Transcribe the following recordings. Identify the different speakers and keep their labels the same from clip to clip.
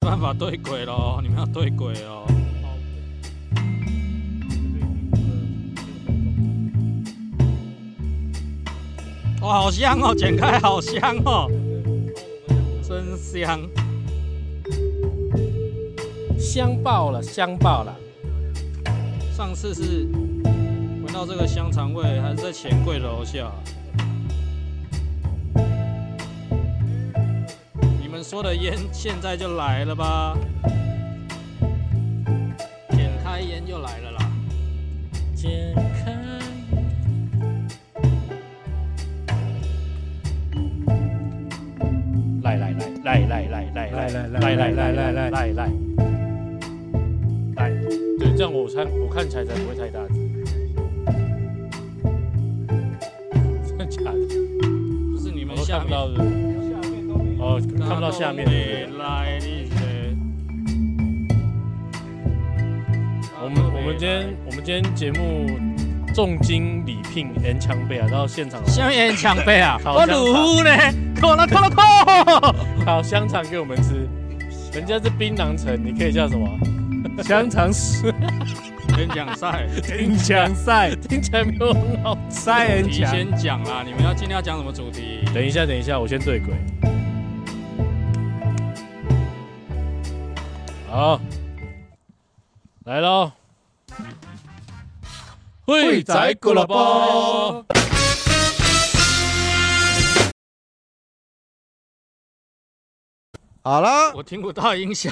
Speaker 1: 办法对轨喽，你们要对轨哦。哇，好香哦，剪开好香哦，真香。
Speaker 2: 香爆了，香爆了！
Speaker 1: 上次是闻到这个香肠味，还是在钱柜楼下。你们说的烟现在就来了吧？点开烟就来了啦！
Speaker 2: 解开，
Speaker 3: 来来来来来来来来来来来来来来来来，对，这样我看我看起来才不会太大只，真的假的？
Speaker 1: 就是你
Speaker 3: 我
Speaker 1: 们
Speaker 3: 都
Speaker 1: 下
Speaker 3: 看不
Speaker 1: 面
Speaker 3: 到的，哦，看不到下面。
Speaker 1: 没来你这。
Speaker 3: 我们我们今天我们今天节目重金礼聘 N 枪贝啊，到现场
Speaker 1: 下面抢杯啊，
Speaker 3: 烤
Speaker 1: 我
Speaker 3: 香肠
Speaker 1: 卤呢， 扣了扣了扣。
Speaker 3: 烤香肠给我们吃，人家是槟榔城，你可以叫什么？
Speaker 2: 香肠是
Speaker 1: 先讲赛，
Speaker 2: 挺强赛，
Speaker 3: 听起来没有很好吃。
Speaker 2: 赛很
Speaker 1: 你
Speaker 2: 强。
Speaker 1: 先讲啦，你们要今天要讲什么主题？
Speaker 3: 等一下，等一下，我先对鬼。好，来喽！
Speaker 2: 会宰咕噜包。
Speaker 4: 好了，
Speaker 1: 我听不到音 效，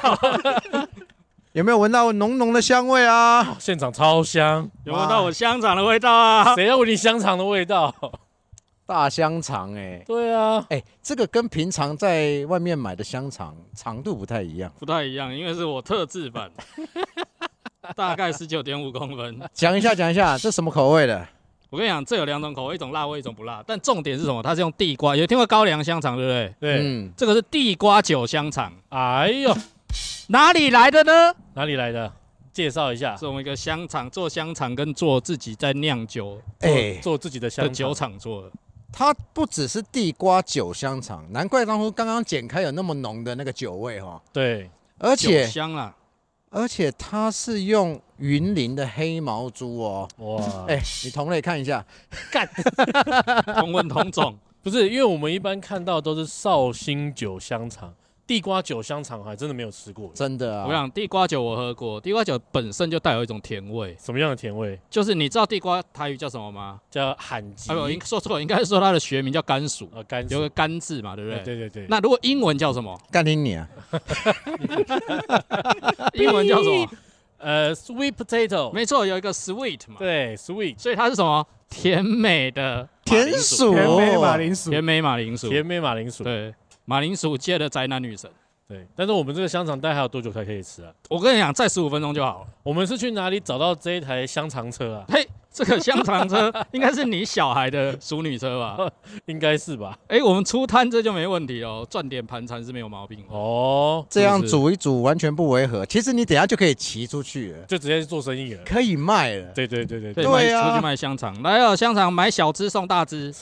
Speaker 4: 有没有闻到浓浓的香味啊？
Speaker 3: 现场超香，
Speaker 1: 有闻到我香肠的味道啊！
Speaker 3: 谁要闻你香肠的味道？
Speaker 4: 大香肠哎、
Speaker 3: 对啊，
Speaker 4: 哎、这个跟平常在外面买的香肠长度不太一样。
Speaker 1: 不太一样，因为是我特制版， 大概十九点五公分。
Speaker 4: 讲一下，讲一下，这什么口味的？
Speaker 1: 我跟你讲，这有两种口味，一种辣味，一种不辣。但重点是什么？它是用地瓜，有听过高粱香肠对不对？
Speaker 3: 对，
Speaker 4: 嗯，
Speaker 1: 这个是地瓜酒香肠，
Speaker 3: 哎呦，
Speaker 1: 哪里来的呢？
Speaker 3: 哪里来的？介绍 一下，
Speaker 1: 是我们一个香肠做香肠跟做自己在酿酒
Speaker 4: 哎、
Speaker 3: 做自己的香
Speaker 1: 的
Speaker 3: 肠
Speaker 1: 酒厂做的。
Speaker 4: 它不只是地瓜酒香肠，难怪当初刚刚剪开有那么浓的那个酒味哈。
Speaker 3: 对，
Speaker 4: 而
Speaker 1: 酒
Speaker 4: 且
Speaker 1: 香啊啦，
Speaker 4: 而且它是用云林的黑毛猪哦。
Speaker 3: 哇，
Speaker 4: 哎、你同类看一下，
Speaker 1: 同文同种，
Speaker 3: 不是，因为我们一般看到都是绍兴酒香肠、地瓜酒香肠，还真的没有吃过。
Speaker 4: 真的
Speaker 1: 我
Speaker 4: 啊，
Speaker 1: 想地瓜酒我喝过，地瓜酒本身就带有一种甜味，
Speaker 3: 什么样的甜味？
Speaker 1: 就是你知道地瓜台语叫什么吗？
Speaker 3: 叫罕吉
Speaker 1: 哎，，我应说错了，应该是说它的学名叫甘薯，
Speaker 3: 呃，甘
Speaker 1: 有
Speaker 3: 薯
Speaker 1: 个甘字嘛，对不
Speaker 3: 对
Speaker 1: 对？
Speaker 3: 对对对，
Speaker 1: 那如果英文叫什么？
Speaker 4: 干你你啊！
Speaker 1: 英文叫什么？
Speaker 3: 呃，sweet potato，
Speaker 1: 没错，有一个 sweet 嘛，
Speaker 3: 对，sweet
Speaker 1: 所以它是什么？甜美的马铃
Speaker 4: 田鼠，
Speaker 2: 甜美马铃薯，
Speaker 1: 甜美马铃薯，
Speaker 3: 甜美马铃薯，
Speaker 1: 对，马铃薯界的宅男女神。
Speaker 3: 对。但是我们这个香肠大概还有多久才可以吃啊？
Speaker 1: 我跟你讲，再十五分钟就好了。
Speaker 3: 我们是去哪里找到这一台香肠车啊？
Speaker 1: 嘿，这个香肠 车应该是你小孩的淑女车吧？
Speaker 3: 应该是吧？
Speaker 1: 哎，我们出摊这就没问题哦，赚点盘缠是没有毛病哦。
Speaker 3: 哦，
Speaker 4: 这样
Speaker 1: 是不是
Speaker 4: 煮一煮完全不违和。其实你等一下就可以骑出去了，
Speaker 3: 就直接去做生意了。
Speaker 4: 可以卖了。
Speaker 3: 对对对对
Speaker 1: 对，
Speaker 3: 对，
Speaker 1: 卖
Speaker 4: 对啊
Speaker 1: 出去卖香肠，来哦，香肠买小只送大 只，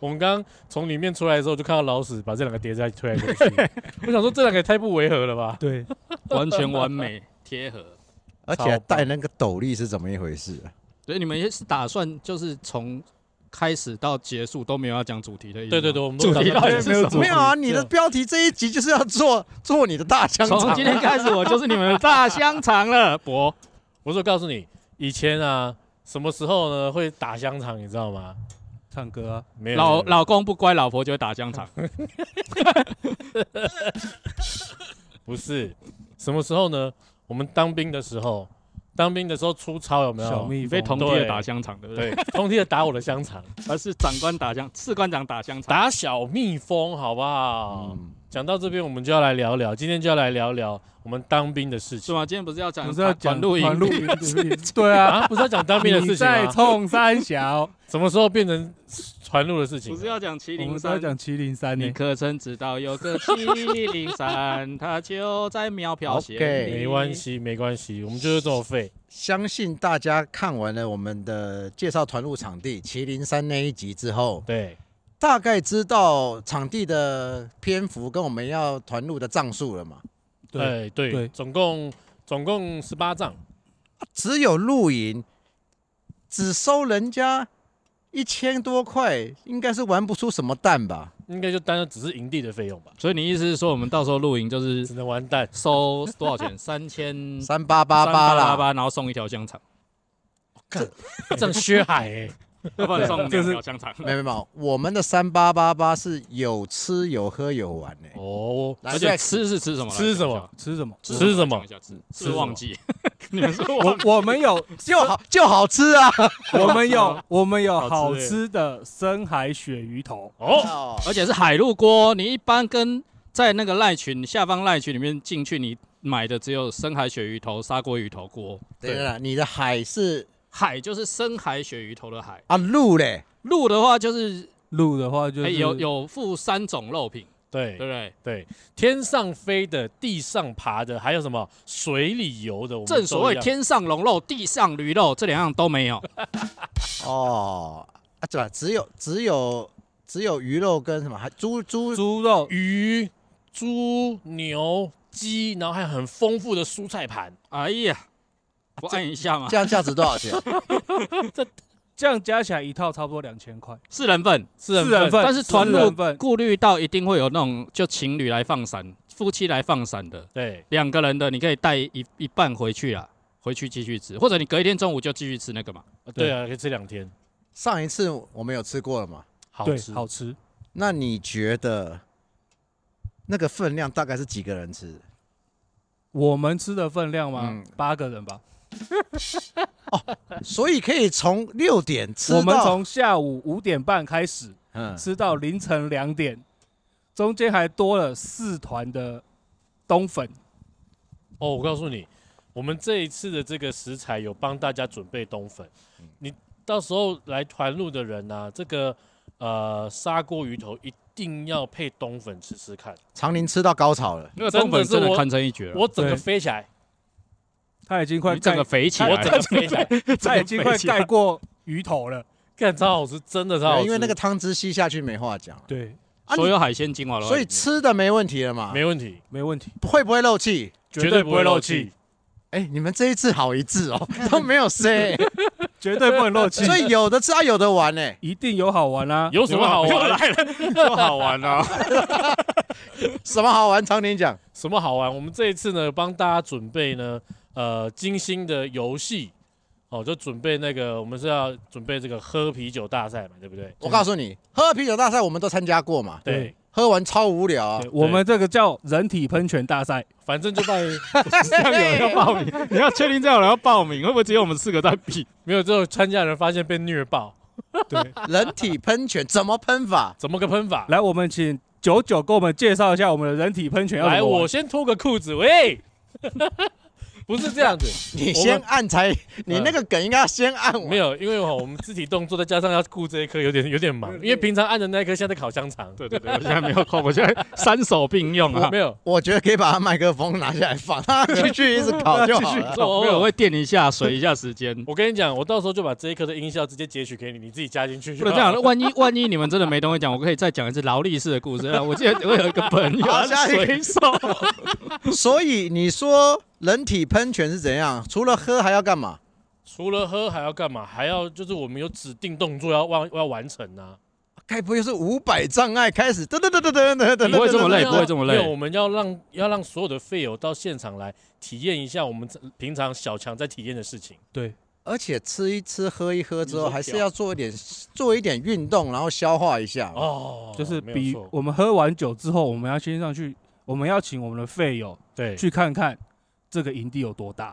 Speaker 3: 我们刚刚从里面出来的时候，就看到老鼠把这两个叠在推来推 去。我想说，这两个也太不违和了吧？
Speaker 2: 对，
Speaker 1: 完全完美贴合。
Speaker 4: 而且还戴那个斗笠是怎么一回事、啊？
Speaker 1: 所以你们也是打算就是从开始到结束都没有要讲主题的意思？
Speaker 3: 对对对，，我们
Speaker 1: 主
Speaker 3: 都
Speaker 1: 题
Speaker 3: 找
Speaker 1: 到
Speaker 3: 到
Speaker 1: 底是
Speaker 2: 没有
Speaker 1: 什
Speaker 2: 主
Speaker 1: 么
Speaker 4: 没
Speaker 2: 题？
Speaker 4: 有啊，你的标题这一集就是要做做你的大香
Speaker 1: 从
Speaker 4: 肠
Speaker 1: 今。天开始，我就是你们的大香肠 了，伯。
Speaker 3: 我说告诉你，以前啊，什么时候呢会打香肠，你知道吗？
Speaker 2: 唱歌啊，
Speaker 3: 没有
Speaker 1: 老老公不乖，老婆就会打香 肠。
Speaker 3: 不是，什么时候呢？我们当兵的时候，当兵的时候出操有没有？
Speaker 2: 小蜜
Speaker 1: 你被
Speaker 2: 蜂，
Speaker 1: 同梯的打香肠，对不对？
Speaker 3: 对，通天的打我的香肠，
Speaker 1: 而是长官打香，士官长打香肠。
Speaker 3: 打小蜜蜂，好不好？
Speaker 4: 嗯
Speaker 3: 讲、到这边，我们就要来聊聊，今天就要来聊聊我们当兵的事
Speaker 1: 是
Speaker 3: 情。
Speaker 1: 吗？今天不是要讲
Speaker 2: 不是要讲
Speaker 1: 团露营？
Speaker 2: 录音， 对啊，
Speaker 3: 啊，不是要讲当兵的
Speaker 2: 你
Speaker 3: 事情
Speaker 2: 在
Speaker 3: 吗？
Speaker 2: 冲三小，
Speaker 3: 什么时候变成传入的事情啊
Speaker 1: 不
Speaker 3: 了？
Speaker 1: 是要讲 七
Speaker 2: 我
Speaker 1: 零
Speaker 2: 们是要
Speaker 1: 三？
Speaker 2: 讲七零三
Speaker 1: 你
Speaker 2: 呢。
Speaker 1: 可曾知道有个七零三，它就在苗圃县
Speaker 4: OK
Speaker 1: 里
Speaker 3: 没关。系，没关系，我们就是这么废。
Speaker 4: 相信大家看完了我们的介绍团路场地麒麟山那一集之后，
Speaker 3: 对，
Speaker 4: 大概知道场地的篇幅跟我们要团路的丈数了嘛？
Speaker 2: 对
Speaker 3: 哎，对，
Speaker 2: 对
Speaker 3: 总共总共十八丈，
Speaker 4: 啊只有露营，只收人家一千多块，应该是玩不出什么蛋吧？
Speaker 3: 应该就单单只是营地的费用吧，
Speaker 1: 所以你意思是说，我们到时候露营就是
Speaker 3: 只能完蛋。
Speaker 1: 收多少钱？三千
Speaker 4: 三八八八
Speaker 1: 八
Speaker 4: 啦，
Speaker 1: 八，然后送一条香肠，
Speaker 3: 这薛海哎，
Speaker 1: 要不然送两条香肠。
Speaker 4: 没有没有没有，我们的三八八八是有吃有喝有玩呢、
Speaker 3: 哦，
Speaker 4: 来
Speaker 1: 而且吃是吃什么？
Speaker 3: 吃什么？
Speaker 2: 吃什么？
Speaker 1: 来
Speaker 3: 吃什
Speaker 1: 讲
Speaker 3: 么
Speaker 1: 一下？讲一下吃
Speaker 3: 吃
Speaker 1: 是
Speaker 3: 什
Speaker 1: 忘
Speaker 3: 么
Speaker 1: 记，你们说 忘
Speaker 2: 我我们有
Speaker 4: 就好就好吃啊！
Speaker 2: 我们有我们有
Speaker 3: 好
Speaker 2: 好
Speaker 3: 吃耶
Speaker 2: 吃的深海鳕鱼头，
Speaker 3: 哦，
Speaker 1: 而且是海陆锅。你一般跟在那个赖群下方赖群里面进去，你买的只有深海鳕鱼头、砂锅鱼头锅。
Speaker 4: 对了，你的海是
Speaker 1: 海就是深海鳕鱼头的海，
Speaker 4: 啊露嘞，
Speaker 1: 陆的话就是、
Speaker 2: 鹿的话就
Speaker 1: 哎
Speaker 2: 是
Speaker 1: 有有附三种肉品，
Speaker 3: 对
Speaker 1: 对不对？
Speaker 3: 对，天上飞的，地上爬的，还有什么水里游的？我们
Speaker 1: 正所
Speaker 3: 都一
Speaker 1: 谓
Speaker 3: 样
Speaker 1: 天上龙肉，地上驴肉，这两样都没有。
Speaker 4: 哦啊，对吧？只有只有只有鱼肉跟什么，还猪猪
Speaker 2: 猪肉，
Speaker 3: 鱼、猪、牛、鸡，然后还有很丰富的蔬菜盘，
Speaker 1: 哎呀，我按一下嘛，
Speaker 4: 这样价值多少钱？
Speaker 2: 这样加起来一套差不多两千块，
Speaker 1: 四人份，
Speaker 3: 是
Speaker 2: 四人份，
Speaker 1: 但是团
Speaker 2: 四
Speaker 1: 路
Speaker 2: 人份，
Speaker 1: 顾虑到一定会有那种就情侣来放闪，夫妻来放闪的，
Speaker 3: 对，
Speaker 1: 两个人的你可以带一一半回去啦，回去继续吃，或者你隔一天中午就继续吃那个嘛。
Speaker 3: 对啊，可以吃两天，
Speaker 4: 上一次我们有吃过了嘛？
Speaker 3: 好
Speaker 2: 对
Speaker 3: 吃，，
Speaker 2: 好吃。
Speaker 4: 那你觉得那个分量大概是几个人吃？
Speaker 2: 我们吃的分量吗
Speaker 4: 嗯？
Speaker 2: 八个人吧。
Speaker 4: 所以可以从六点吃到
Speaker 2: 我们从下午五点半开始
Speaker 4: 嗯
Speaker 2: 吃到凌晨两点，中间还多了四团的冬粉，
Speaker 3: 哦，我告诉你，我们这一次的这个食材有帮大家准备冬粉，你到时候来团路的人呢、啊，这个呃砂锅鱼头一定要配冬粉吃吃看，
Speaker 4: 长宁吃到高潮了。
Speaker 1: 那个
Speaker 3: 真的
Speaker 1: 东本
Speaker 3: 是
Speaker 1: 真的
Speaker 3: 我
Speaker 1: 堪称一绝了，
Speaker 3: 我整个
Speaker 2: 对
Speaker 3: 飞起来，
Speaker 2: 它已经快
Speaker 1: 你整
Speaker 2: 盖
Speaker 1: 个，肥起来
Speaker 3: 我
Speaker 1: 了，
Speaker 3: 整个飞起来，
Speaker 2: 它已经快盖过鱼头了。
Speaker 3: 干超好吃，真的超好吃，
Speaker 4: 因为那个汤汁吸下去没话讲
Speaker 2: 对，
Speaker 4: 啊你
Speaker 1: 所有海鲜精华都在
Speaker 4: 所以
Speaker 1: 里面
Speaker 4: 吃的没问题了嘛？
Speaker 3: 没问题，
Speaker 2: 没问题，
Speaker 4: 会不会漏气？
Speaker 3: 绝对不会漏气，。
Speaker 4: 哎、你们这一次好一致哦，都没有 C，
Speaker 2: 绝对不能漏气，
Speaker 4: 所以有的吃啊，有的玩呢、
Speaker 2: 一定有好玩啊啦。
Speaker 3: 有什么好
Speaker 1: 又
Speaker 3: 玩？
Speaker 1: 来了，又好玩了。
Speaker 4: 什么好玩？常宁讲，
Speaker 3: 什么好玩？我们这一次呢，帮大家准备呢，呃，精心的游戏，哦，就准备那个，我们是要准备这个喝啤酒大赛嘛，对不对？
Speaker 4: 我告诉你，喝啤酒大赛我们都参加过嘛，
Speaker 3: 对，
Speaker 4: 喝完超无聊啊
Speaker 2: 对，。我们这个叫人体喷泉 大赛，
Speaker 3: 反正就在
Speaker 1: 这样有人要报名，你要确定这样有人要报名，会不会只有我们四个在比？
Speaker 3: 没有之后，参加人发现被虐爆，
Speaker 2: 对，
Speaker 4: 人体喷泉怎么喷法？
Speaker 3: 怎么个喷法？
Speaker 2: 来，我们请九九给我们介绍一下我们的人体喷泉要
Speaker 3: 来，
Speaker 2: 怎么玩
Speaker 3: 我先脱个裤子，喂， 不是这样子，
Speaker 4: 你先按才，你那个梗应该要先按
Speaker 3: 没
Speaker 4: 完。
Speaker 3: 有，因为哦，我们肢体动作再加上要顾这一颗，有点有点忙，因为平常按的那一颗现在在烤香肠，
Speaker 1: 对 对对，我现在没有空，我现在三手并用
Speaker 3: 我
Speaker 1: 啊
Speaker 3: 没。有，
Speaker 4: 我觉得可以把他麦克风拿下来放，他继续一直搞 就好了。
Speaker 1: 啊我偶尔会垫一下，水一下时间。
Speaker 3: 我跟你讲，我到时候就把这一颗的音效直接截取给你，你自己加进去 就
Speaker 1: 不能
Speaker 3: 好。
Speaker 1: 这样，万一万一你们真的没东西讲，我可以再讲一次劳力士的故事。 我记得我有一个朋友，
Speaker 4: 好
Speaker 1: 他
Speaker 4: 下
Speaker 1: 是
Speaker 4: 一个
Speaker 1: 水手，
Speaker 4: 所以你说人体喷泉是怎样？除了喝还要干嘛？
Speaker 3: 除了喝还要干嘛？还要就是我们有指定动作要完要完成啊！
Speaker 4: 该不会是五百障碍开始？噔噔噔噔噔噔噔，
Speaker 1: 不会这么累不会这么累
Speaker 3: 没有我们要让要让所有的费友到现场来体验一下我们平常小强在体验的事情。
Speaker 2: 对，
Speaker 4: 而且吃一吃、喝一喝之
Speaker 1: 你
Speaker 4: 后，
Speaker 1: 说
Speaker 4: 还是要做一点做一点运动，然后消化一下。哦，
Speaker 3: 哦，
Speaker 2: 就是
Speaker 3: 没有
Speaker 2: 比
Speaker 3: 错
Speaker 2: 我们喝完酒之后，我们要先上去，我们要请我们的费友
Speaker 3: 对，
Speaker 2: 去看看这个营地有多大，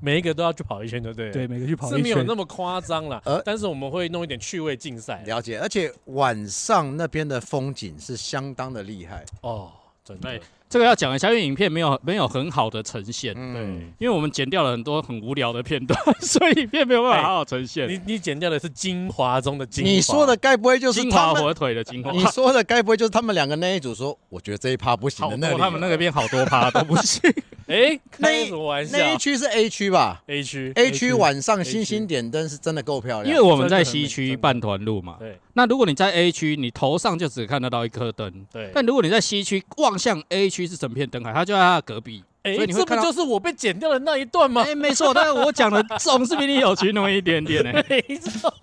Speaker 3: 每一个都要去跑一圈，对不对？
Speaker 2: 对，，每个去跑
Speaker 3: 是
Speaker 2: 一
Speaker 3: 没有
Speaker 2: 圈
Speaker 3: 那。么夸张啦
Speaker 4: 呃，
Speaker 3: 但是我们会弄一点趣味竞赛
Speaker 4: 了解。而且晚上那边的风景是相当的厉害。
Speaker 3: 哦，真的
Speaker 1: 对这个要讲一下，因为影片没有没有很好的呈现，
Speaker 4: 嗯，
Speaker 3: 对。
Speaker 1: 因为我们剪掉了很多很无聊的片段， 所以影片没有办法好好呈现。
Speaker 3: 你你剪掉的是精华中的精华，
Speaker 4: 哎你说的该不会就是
Speaker 1: 金
Speaker 4: 他
Speaker 1: 华
Speaker 4: 们？
Speaker 1: 火腿的金华，
Speaker 4: 你说的该不会就是他们两个那一组说，我觉得这一趴不行
Speaker 1: 好
Speaker 4: 的
Speaker 1: 多
Speaker 4: 那里？
Speaker 1: 他们那个边好多趴都不行。
Speaker 3: 哎，
Speaker 4: 那
Speaker 3: 开什么玩笑
Speaker 4: 那一区是 A 区吧
Speaker 3: ？A 区
Speaker 4: A 区晚上
Speaker 3: A 区
Speaker 4: 星星点灯是真的够漂亮，
Speaker 1: 因为我们
Speaker 3: 真的
Speaker 1: 在
Speaker 3: 很
Speaker 1: 西
Speaker 3: 美
Speaker 1: 区
Speaker 3: 真的
Speaker 1: 半团路嘛，
Speaker 3: 对
Speaker 1: 那如果你在 A 区，你头上就只看得到一颗灯，
Speaker 3: 对，
Speaker 1: 但如果你在西区望向 A 区是整片灯海，它就在它的隔壁。
Speaker 3: 哎，
Speaker 1: 所以你会
Speaker 3: 这不
Speaker 1: 看到
Speaker 3: 就是我被剪掉的那一段吗
Speaker 1: 哎、？没错，但是我讲的总是比你有趣那么一点点呢、
Speaker 3: 没错，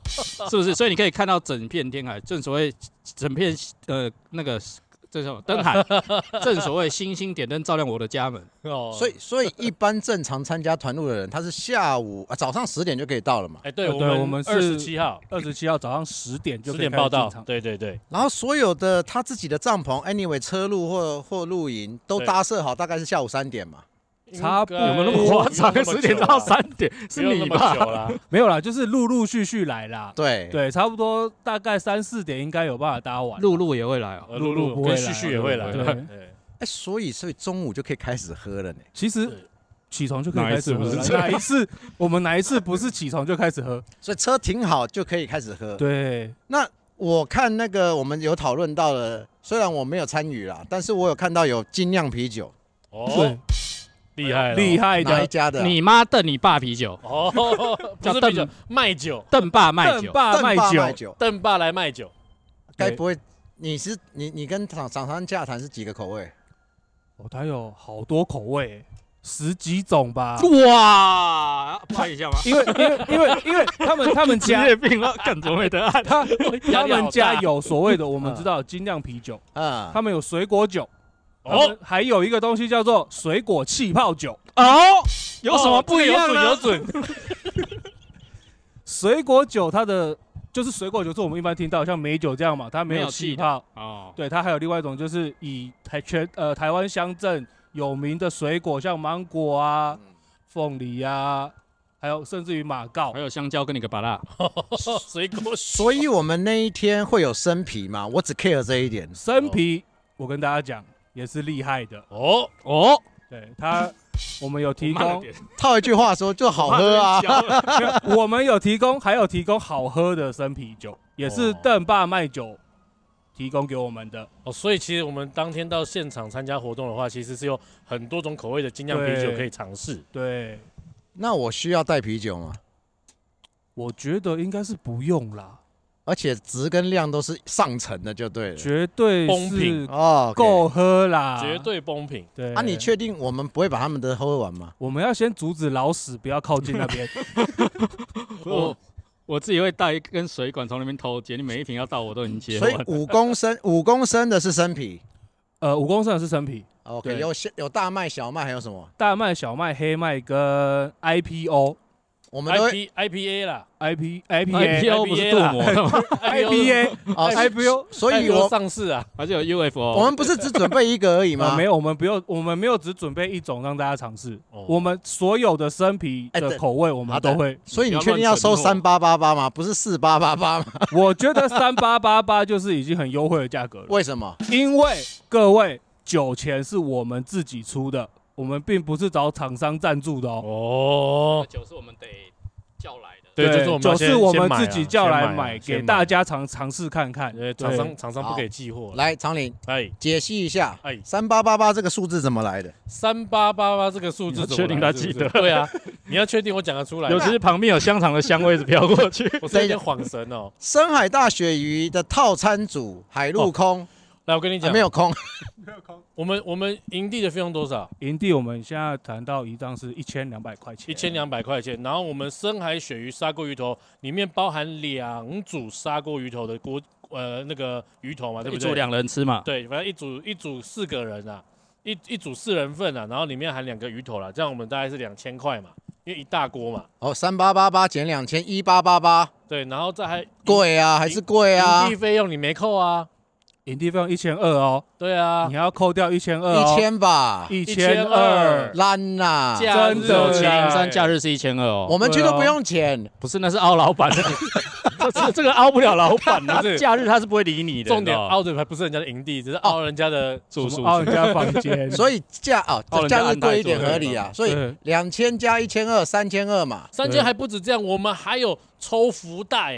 Speaker 1: 是不是？所以你可以看到整片天海，正所谓整片呃那个这叫什么灯海，正所谓星星点灯照亮我的家门。
Speaker 3: 哦
Speaker 4: 所以所以一般正常参加团路的人，他是下午啊早上十点就可以到了嘛，
Speaker 3: 哎，对，
Speaker 2: 呃对
Speaker 3: 我
Speaker 2: 我们是
Speaker 3: 二十七号
Speaker 2: 二十七号早上十点就
Speaker 3: 十
Speaker 2: 可以
Speaker 3: 点
Speaker 2: 开始
Speaker 3: 报道
Speaker 2: 进，场
Speaker 3: 对对对，
Speaker 4: 然后所有的他自己的帐篷，anyway 车路或或露营都
Speaker 3: 对
Speaker 4: 搭设好，大概是下午三点嘛。
Speaker 2: 差不
Speaker 3: 应该
Speaker 2: 多
Speaker 1: 有没有那么夸张
Speaker 3: 不用？那么久
Speaker 1: 十
Speaker 3: 啦
Speaker 1: 点到三点
Speaker 3: 不
Speaker 1: 是
Speaker 3: 用
Speaker 1: 你
Speaker 3: 那么久
Speaker 1: 吧？
Speaker 3: 啦？
Speaker 2: 没有啦，就是陆陆续续来啦。
Speaker 4: 对，
Speaker 2: 对，差不多大概三四点应该有办法搭完。
Speaker 1: 露露也会来哦、
Speaker 3: 呃
Speaker 2: 露
Speaker 3: 露
Speaker 2: 露
Speaker 3: 露
Speaker 2: 不
Speaker 3: 跟
Speaker 2: 会来
Speaker 3: 旭旭也会来，
Speaker 2: 露露不会
Speaker 3: 对，
Speaker 4: 哎，所以所以中午就可以开始喝了呢。
Speaker 2: 其
Speaker 3: 对
Speaker 2: 实起床就可以
Speaker 1: 哪一
Speaker 2: 开始
Speaker 1: 次
Speaker 2: 喝
Speaker 1: 不是
Speaker 2: 了，
Speaker 1: 这样
Speaker 2: 哪一次 我们哪一次不是起床就开始喝？
Speaker 4: 所以车停好就可以开始喝。
Speaker 2: 对，
Speaker 4: 那我看那个我们有讨论到了，虽然我没有参与啦，但是我有看到有精酿啤酒，
Speaker 3: 哦
Speaker 2: 对，，
Speaker 3: 厉害了，
Speaker 2: 厉害
Speaker 4: 哪一
Speaker 2: 的，
Speaker 4: 家的啊、
Speaker 1: 你妈瞪你爸啤酒，
Speaker 3: 哦，不
Speaker 1: 叫
Speaker 3: 是
Speaker 1: 邓
Speaker 3: 啤酒，卖酒，
Speaker 1: 瞪爸卖
Speaker 2: 邓
Speaker 1: 酒，
Speaker 2: 爸
Speaker 4: 邓
Speaker 2: 卖
Speaker 4: 爸卖
Speaker 2: 酒，
Speaker 4: 酒，
Speaker 3: 邓爸来卖酒，
Speaker 4: 该不会你是你你跟厂厂商洽谈是几个口味？
Speaker 2: 哦，它有好多口味，十几种吧。
Speaker 1: 哇，拍一下吗？
Speaker 2: 因为因为因为因为他们他们
Speaker 1: 职
Speaker 2: 家
Speaker 1: 业病 了，干怎么会得案？
Speaker 2: 他
Speaker 3: 压
Speaker 2: 他
Speaker 3: 力好大
Speaker 2: 们家有所谓的我们知道精酿啤酒，
Speaker 4: 啊、
Speaker 2: 他们有水果酒，
Speaker 3: 哦
Speaker 2: 哦，，还有一个东西叫做水果气泡酒。
Speaker 1: 哦，有什么不一样呢？
Speaker 3: 有准有准，
Speaker 2: 水果酒它的就是水果酒是我们一般听到像美酒这样嘛，它没
Speaker 1: 没
Speaker 2: 有
Speaker 1: 有
Speaker 2: 气
Speaker 1: 气的
Speaker 2: 泡。
Speaker 1: 哦，
Speaker 2: 对，它还有另外一种就是以台全呃台湾乡镇有名的水果，像芒果啊、凤梨啊，还有甚至于马告
Speaker 1: 还。有香蕉跟你个巴拉，
Speaker 2: 呃
Speaker 3: 水 果水
Speaker 4: 所以我们那一天会有生啤嘛？我只 care 这一点。
Speaker 2: 生啤，我跟大家讲也是厉害的。
Speaker 3: 哦，
Speaker 1: 哦，
Speaker 2: 对它，我们有提
Speaker 1: 我慢了
Speaker 2: 供
Speaker 1: 点
Speaker 4: 套一句话说，就好喝啊。
Speaker 2: 我们有提供，还有提供好喝的生啤酒，也是
Speaker 3: 哦
Speaker 2: 邓爸卖酒提供给我们的。
Speaker 3: 哦，所以其实我们当天到现场参加活动的话，其实是有很多种口味的精酿啤酒
Speaker 2: 对
Speaker 3: 可以尝试。
Speaker 2: 对，
Speaker 4: 那我需要带啤酒吗？
Speaker 2: 我觉得应该是不用啦，
Speaker 4: 而且值跟量都是上乘的，就对了。
Speaker 2: 绝对
Speaker 3: 崩
Speaker 2: 是
Speaker 3: 品
Speaker 4: 哦，OK
Speaker 2: 够喝啦，
Speaker 3: 绝。对崩品，
Speaker 2: 对，
Speaker 4: 啊，你确定我们不会把他们的喝完吗？
Speaker 2: 我们要先阻止老屎不要靠近那 边。
Speaker 1: 我我自己会带一根水管从那边偷接，你每一瓶要倒我都已经接
Speaker 4: 所以
Speaker 1: 完。
Speaker 4: 五公升，五公升的是生啤。
Speaker 2: 呃，五公升的是生啤，
Speaker 4: OK，
Speaker 2: 对
Speaker 4: 有小有大麦、小麦，还有什么？
Speaker 2: 大麦、小麦、黑麦跟 IPO、
Speaker 4: 我们都会
Speaker 3: IP IPA 啦
Speaker 2: IP、
Speaker 1: I P
Speaker 2: IPA、
Speaker 1: O 哎不是镀膜的吗？
Speaker 2: IPA、
Speaker 4: 哦
Speaker 2: IPO。
Speaker 4: 所以
Speaker 3: IPO
Speaker 4: 我
Speaker 3: 上市啊，
Speaker 1: 还是有 U F
Speaker 4: 我
Speaker 1: O？
Speaker 4: 们不是只准备一个而已
Speaker 2: 啊，
Speaker 4: 吗？
Speaker 2: 没有，我们不用，我们没有只准备一种让大家尝试。
Speaker 3: 哦
Speaker 2: 我们所有的生啤
Speaker 4: 哎对
Speaker 2: 的口味，我
Speaker 4: 好
Speaker 2: 们
Speaker 4: 的
Speaker 2: 都会。
Speaker 4: 所以你确定要收
Speaker 1: 不要乱
Speaker 4: 三
Speaker 1: 承
Speaker 4: 八八八吗？不是四八八八 吗？
Speaker 2: 我觉得三八八八就是已经很优惠的价格了，
Speaker 4: 为什么？
Speaker 2: 因为各位酒钱是我们自己出的，我们并不是找厂商赞助的哦。
Speaker 3: 哦，
Speaker 1: 酒是我们得叫来的。
Speaker 3: 对，就是我们要
Speaker 2: 酒
Speaker 3: 先
Speaker 2: 是我
Speaker 3: 先
Speaker 2: 们
Speaker 3: 买啊
Speaker 2: 自己叫
Speaker 3: 先
Speaker 2: 来
Speaker 3: 啊
Speaker 2: 买，
Speaker 3: 先
Speaker 2: 给大家尝尝试看看。
Speaker 3: 呃，厂
Speaker 2: 对
Speaker 3: 商厂商不给寄货了。
Speaker 4: 来，长林
Speaker 3: 哎
Speaker 4: 解析一下，
Speaker 3: 哎，
Speaker 4: 三八八八这个数字怎么来的？
Speaker 3: 三八八八这个数
Speaker 1: 你
Speaker 3: 字
Speaker 1: 要
Speaker 3: 怎么
Speaker 1: 确
Speaker 3: 来，
Speaker 1: 定他
Speaker 3: 是不是
Speaker 1: 记得
Speaker 3: 对啊，你要确定我讲得出来。
Speaker 1: 尤其是旁边有香肠的香味是飘过去。
Speaker 3: 我是有点恍神哦。
Speaker 4: 深海大鳕鱼的套餐组，海陆
Speaker 2: 哦
Speaker 4: 空、
Speaker 3: 来，我跟你
Speaker 4: 啊
Speaker 3: 讲，
Speaker 4: 没有空，
Speaker 3: 我们我们营地的费用多少？
Speaker 2: 营地我们现在谈到一张是一千两百块钱，
Speaker 3: 一千两百块钱。然后我们深海鳕鱼砂锅鱼头里面包含两组砂锅鱼头的锅，呃，那个鱼头嘛，对
Speaker 1: 一
Speaker 3: 不
Speaker 1: 组
Speaker 3: 对？
Speaker 1: 两人吃嘛，
Speaker 3: 对，反正一组一组四个人啊，一一组四人份啊，然后里面含两个鱼头啦，这样我们大概是两千块嘛，因为一大锅嘛。
Speaker 4: 哦，三八八八减两千，一八八八，
Speaker 3: 对，然后再还
Speaker 4: 贵啊，还是贵啊
Speaker 3: 营地？费用你没扣啊？
Speaker 2: 营地费用一千二哦，
Speaker 3: 对啊
Speaker 2: 你，还要扣掉一千二哦
Speaker 4: 一千吧，
Speaker 2: 一千
Speaker 3: 1200
Speaker 2: 二，
Speaker 4: 烂呐！
Speaker 3: 假
Speaker 1: 啊
Speaker 3: 日啊
Speaker 2: 真的
Speaker 1: 麒麟山假
Speaker 3: 日
Speaker 1: 日是一千二
Speaker 4: 我
Speaker 1: 哦，
Speaker 4: 们去都不用钱，
Speaker 1: 不是那是凹老板 的，这这这个凹不了老板啊
Speaker 3: 不
Speaker 1: 的，
Speaker 3: 是
Speaker 1: 假日他是不会理你的。哦
Speaker 3: 重点
Speaker 1: 你知道吗
Speaker 3: 凹的还不是人家的营地，只是凹人家的
Speaker 1: 住宿
Speaker 2: 哦，人家房间，
Speaker 4: 所以价哦
Speaker 1: 哦人家
Speaker 4: 价
Speaker 1: 按
Speaker 4: 格
Speaker 1: 台
Speaker 4: 贵一点
Speaker 1: 座位
Speaker 4: 合理啊，所以
Speaker 2: 对
Speaker 4: 两千加一千二，三千二嘛。
Speaker 3: 三千还不止这样，我们还有抽福袋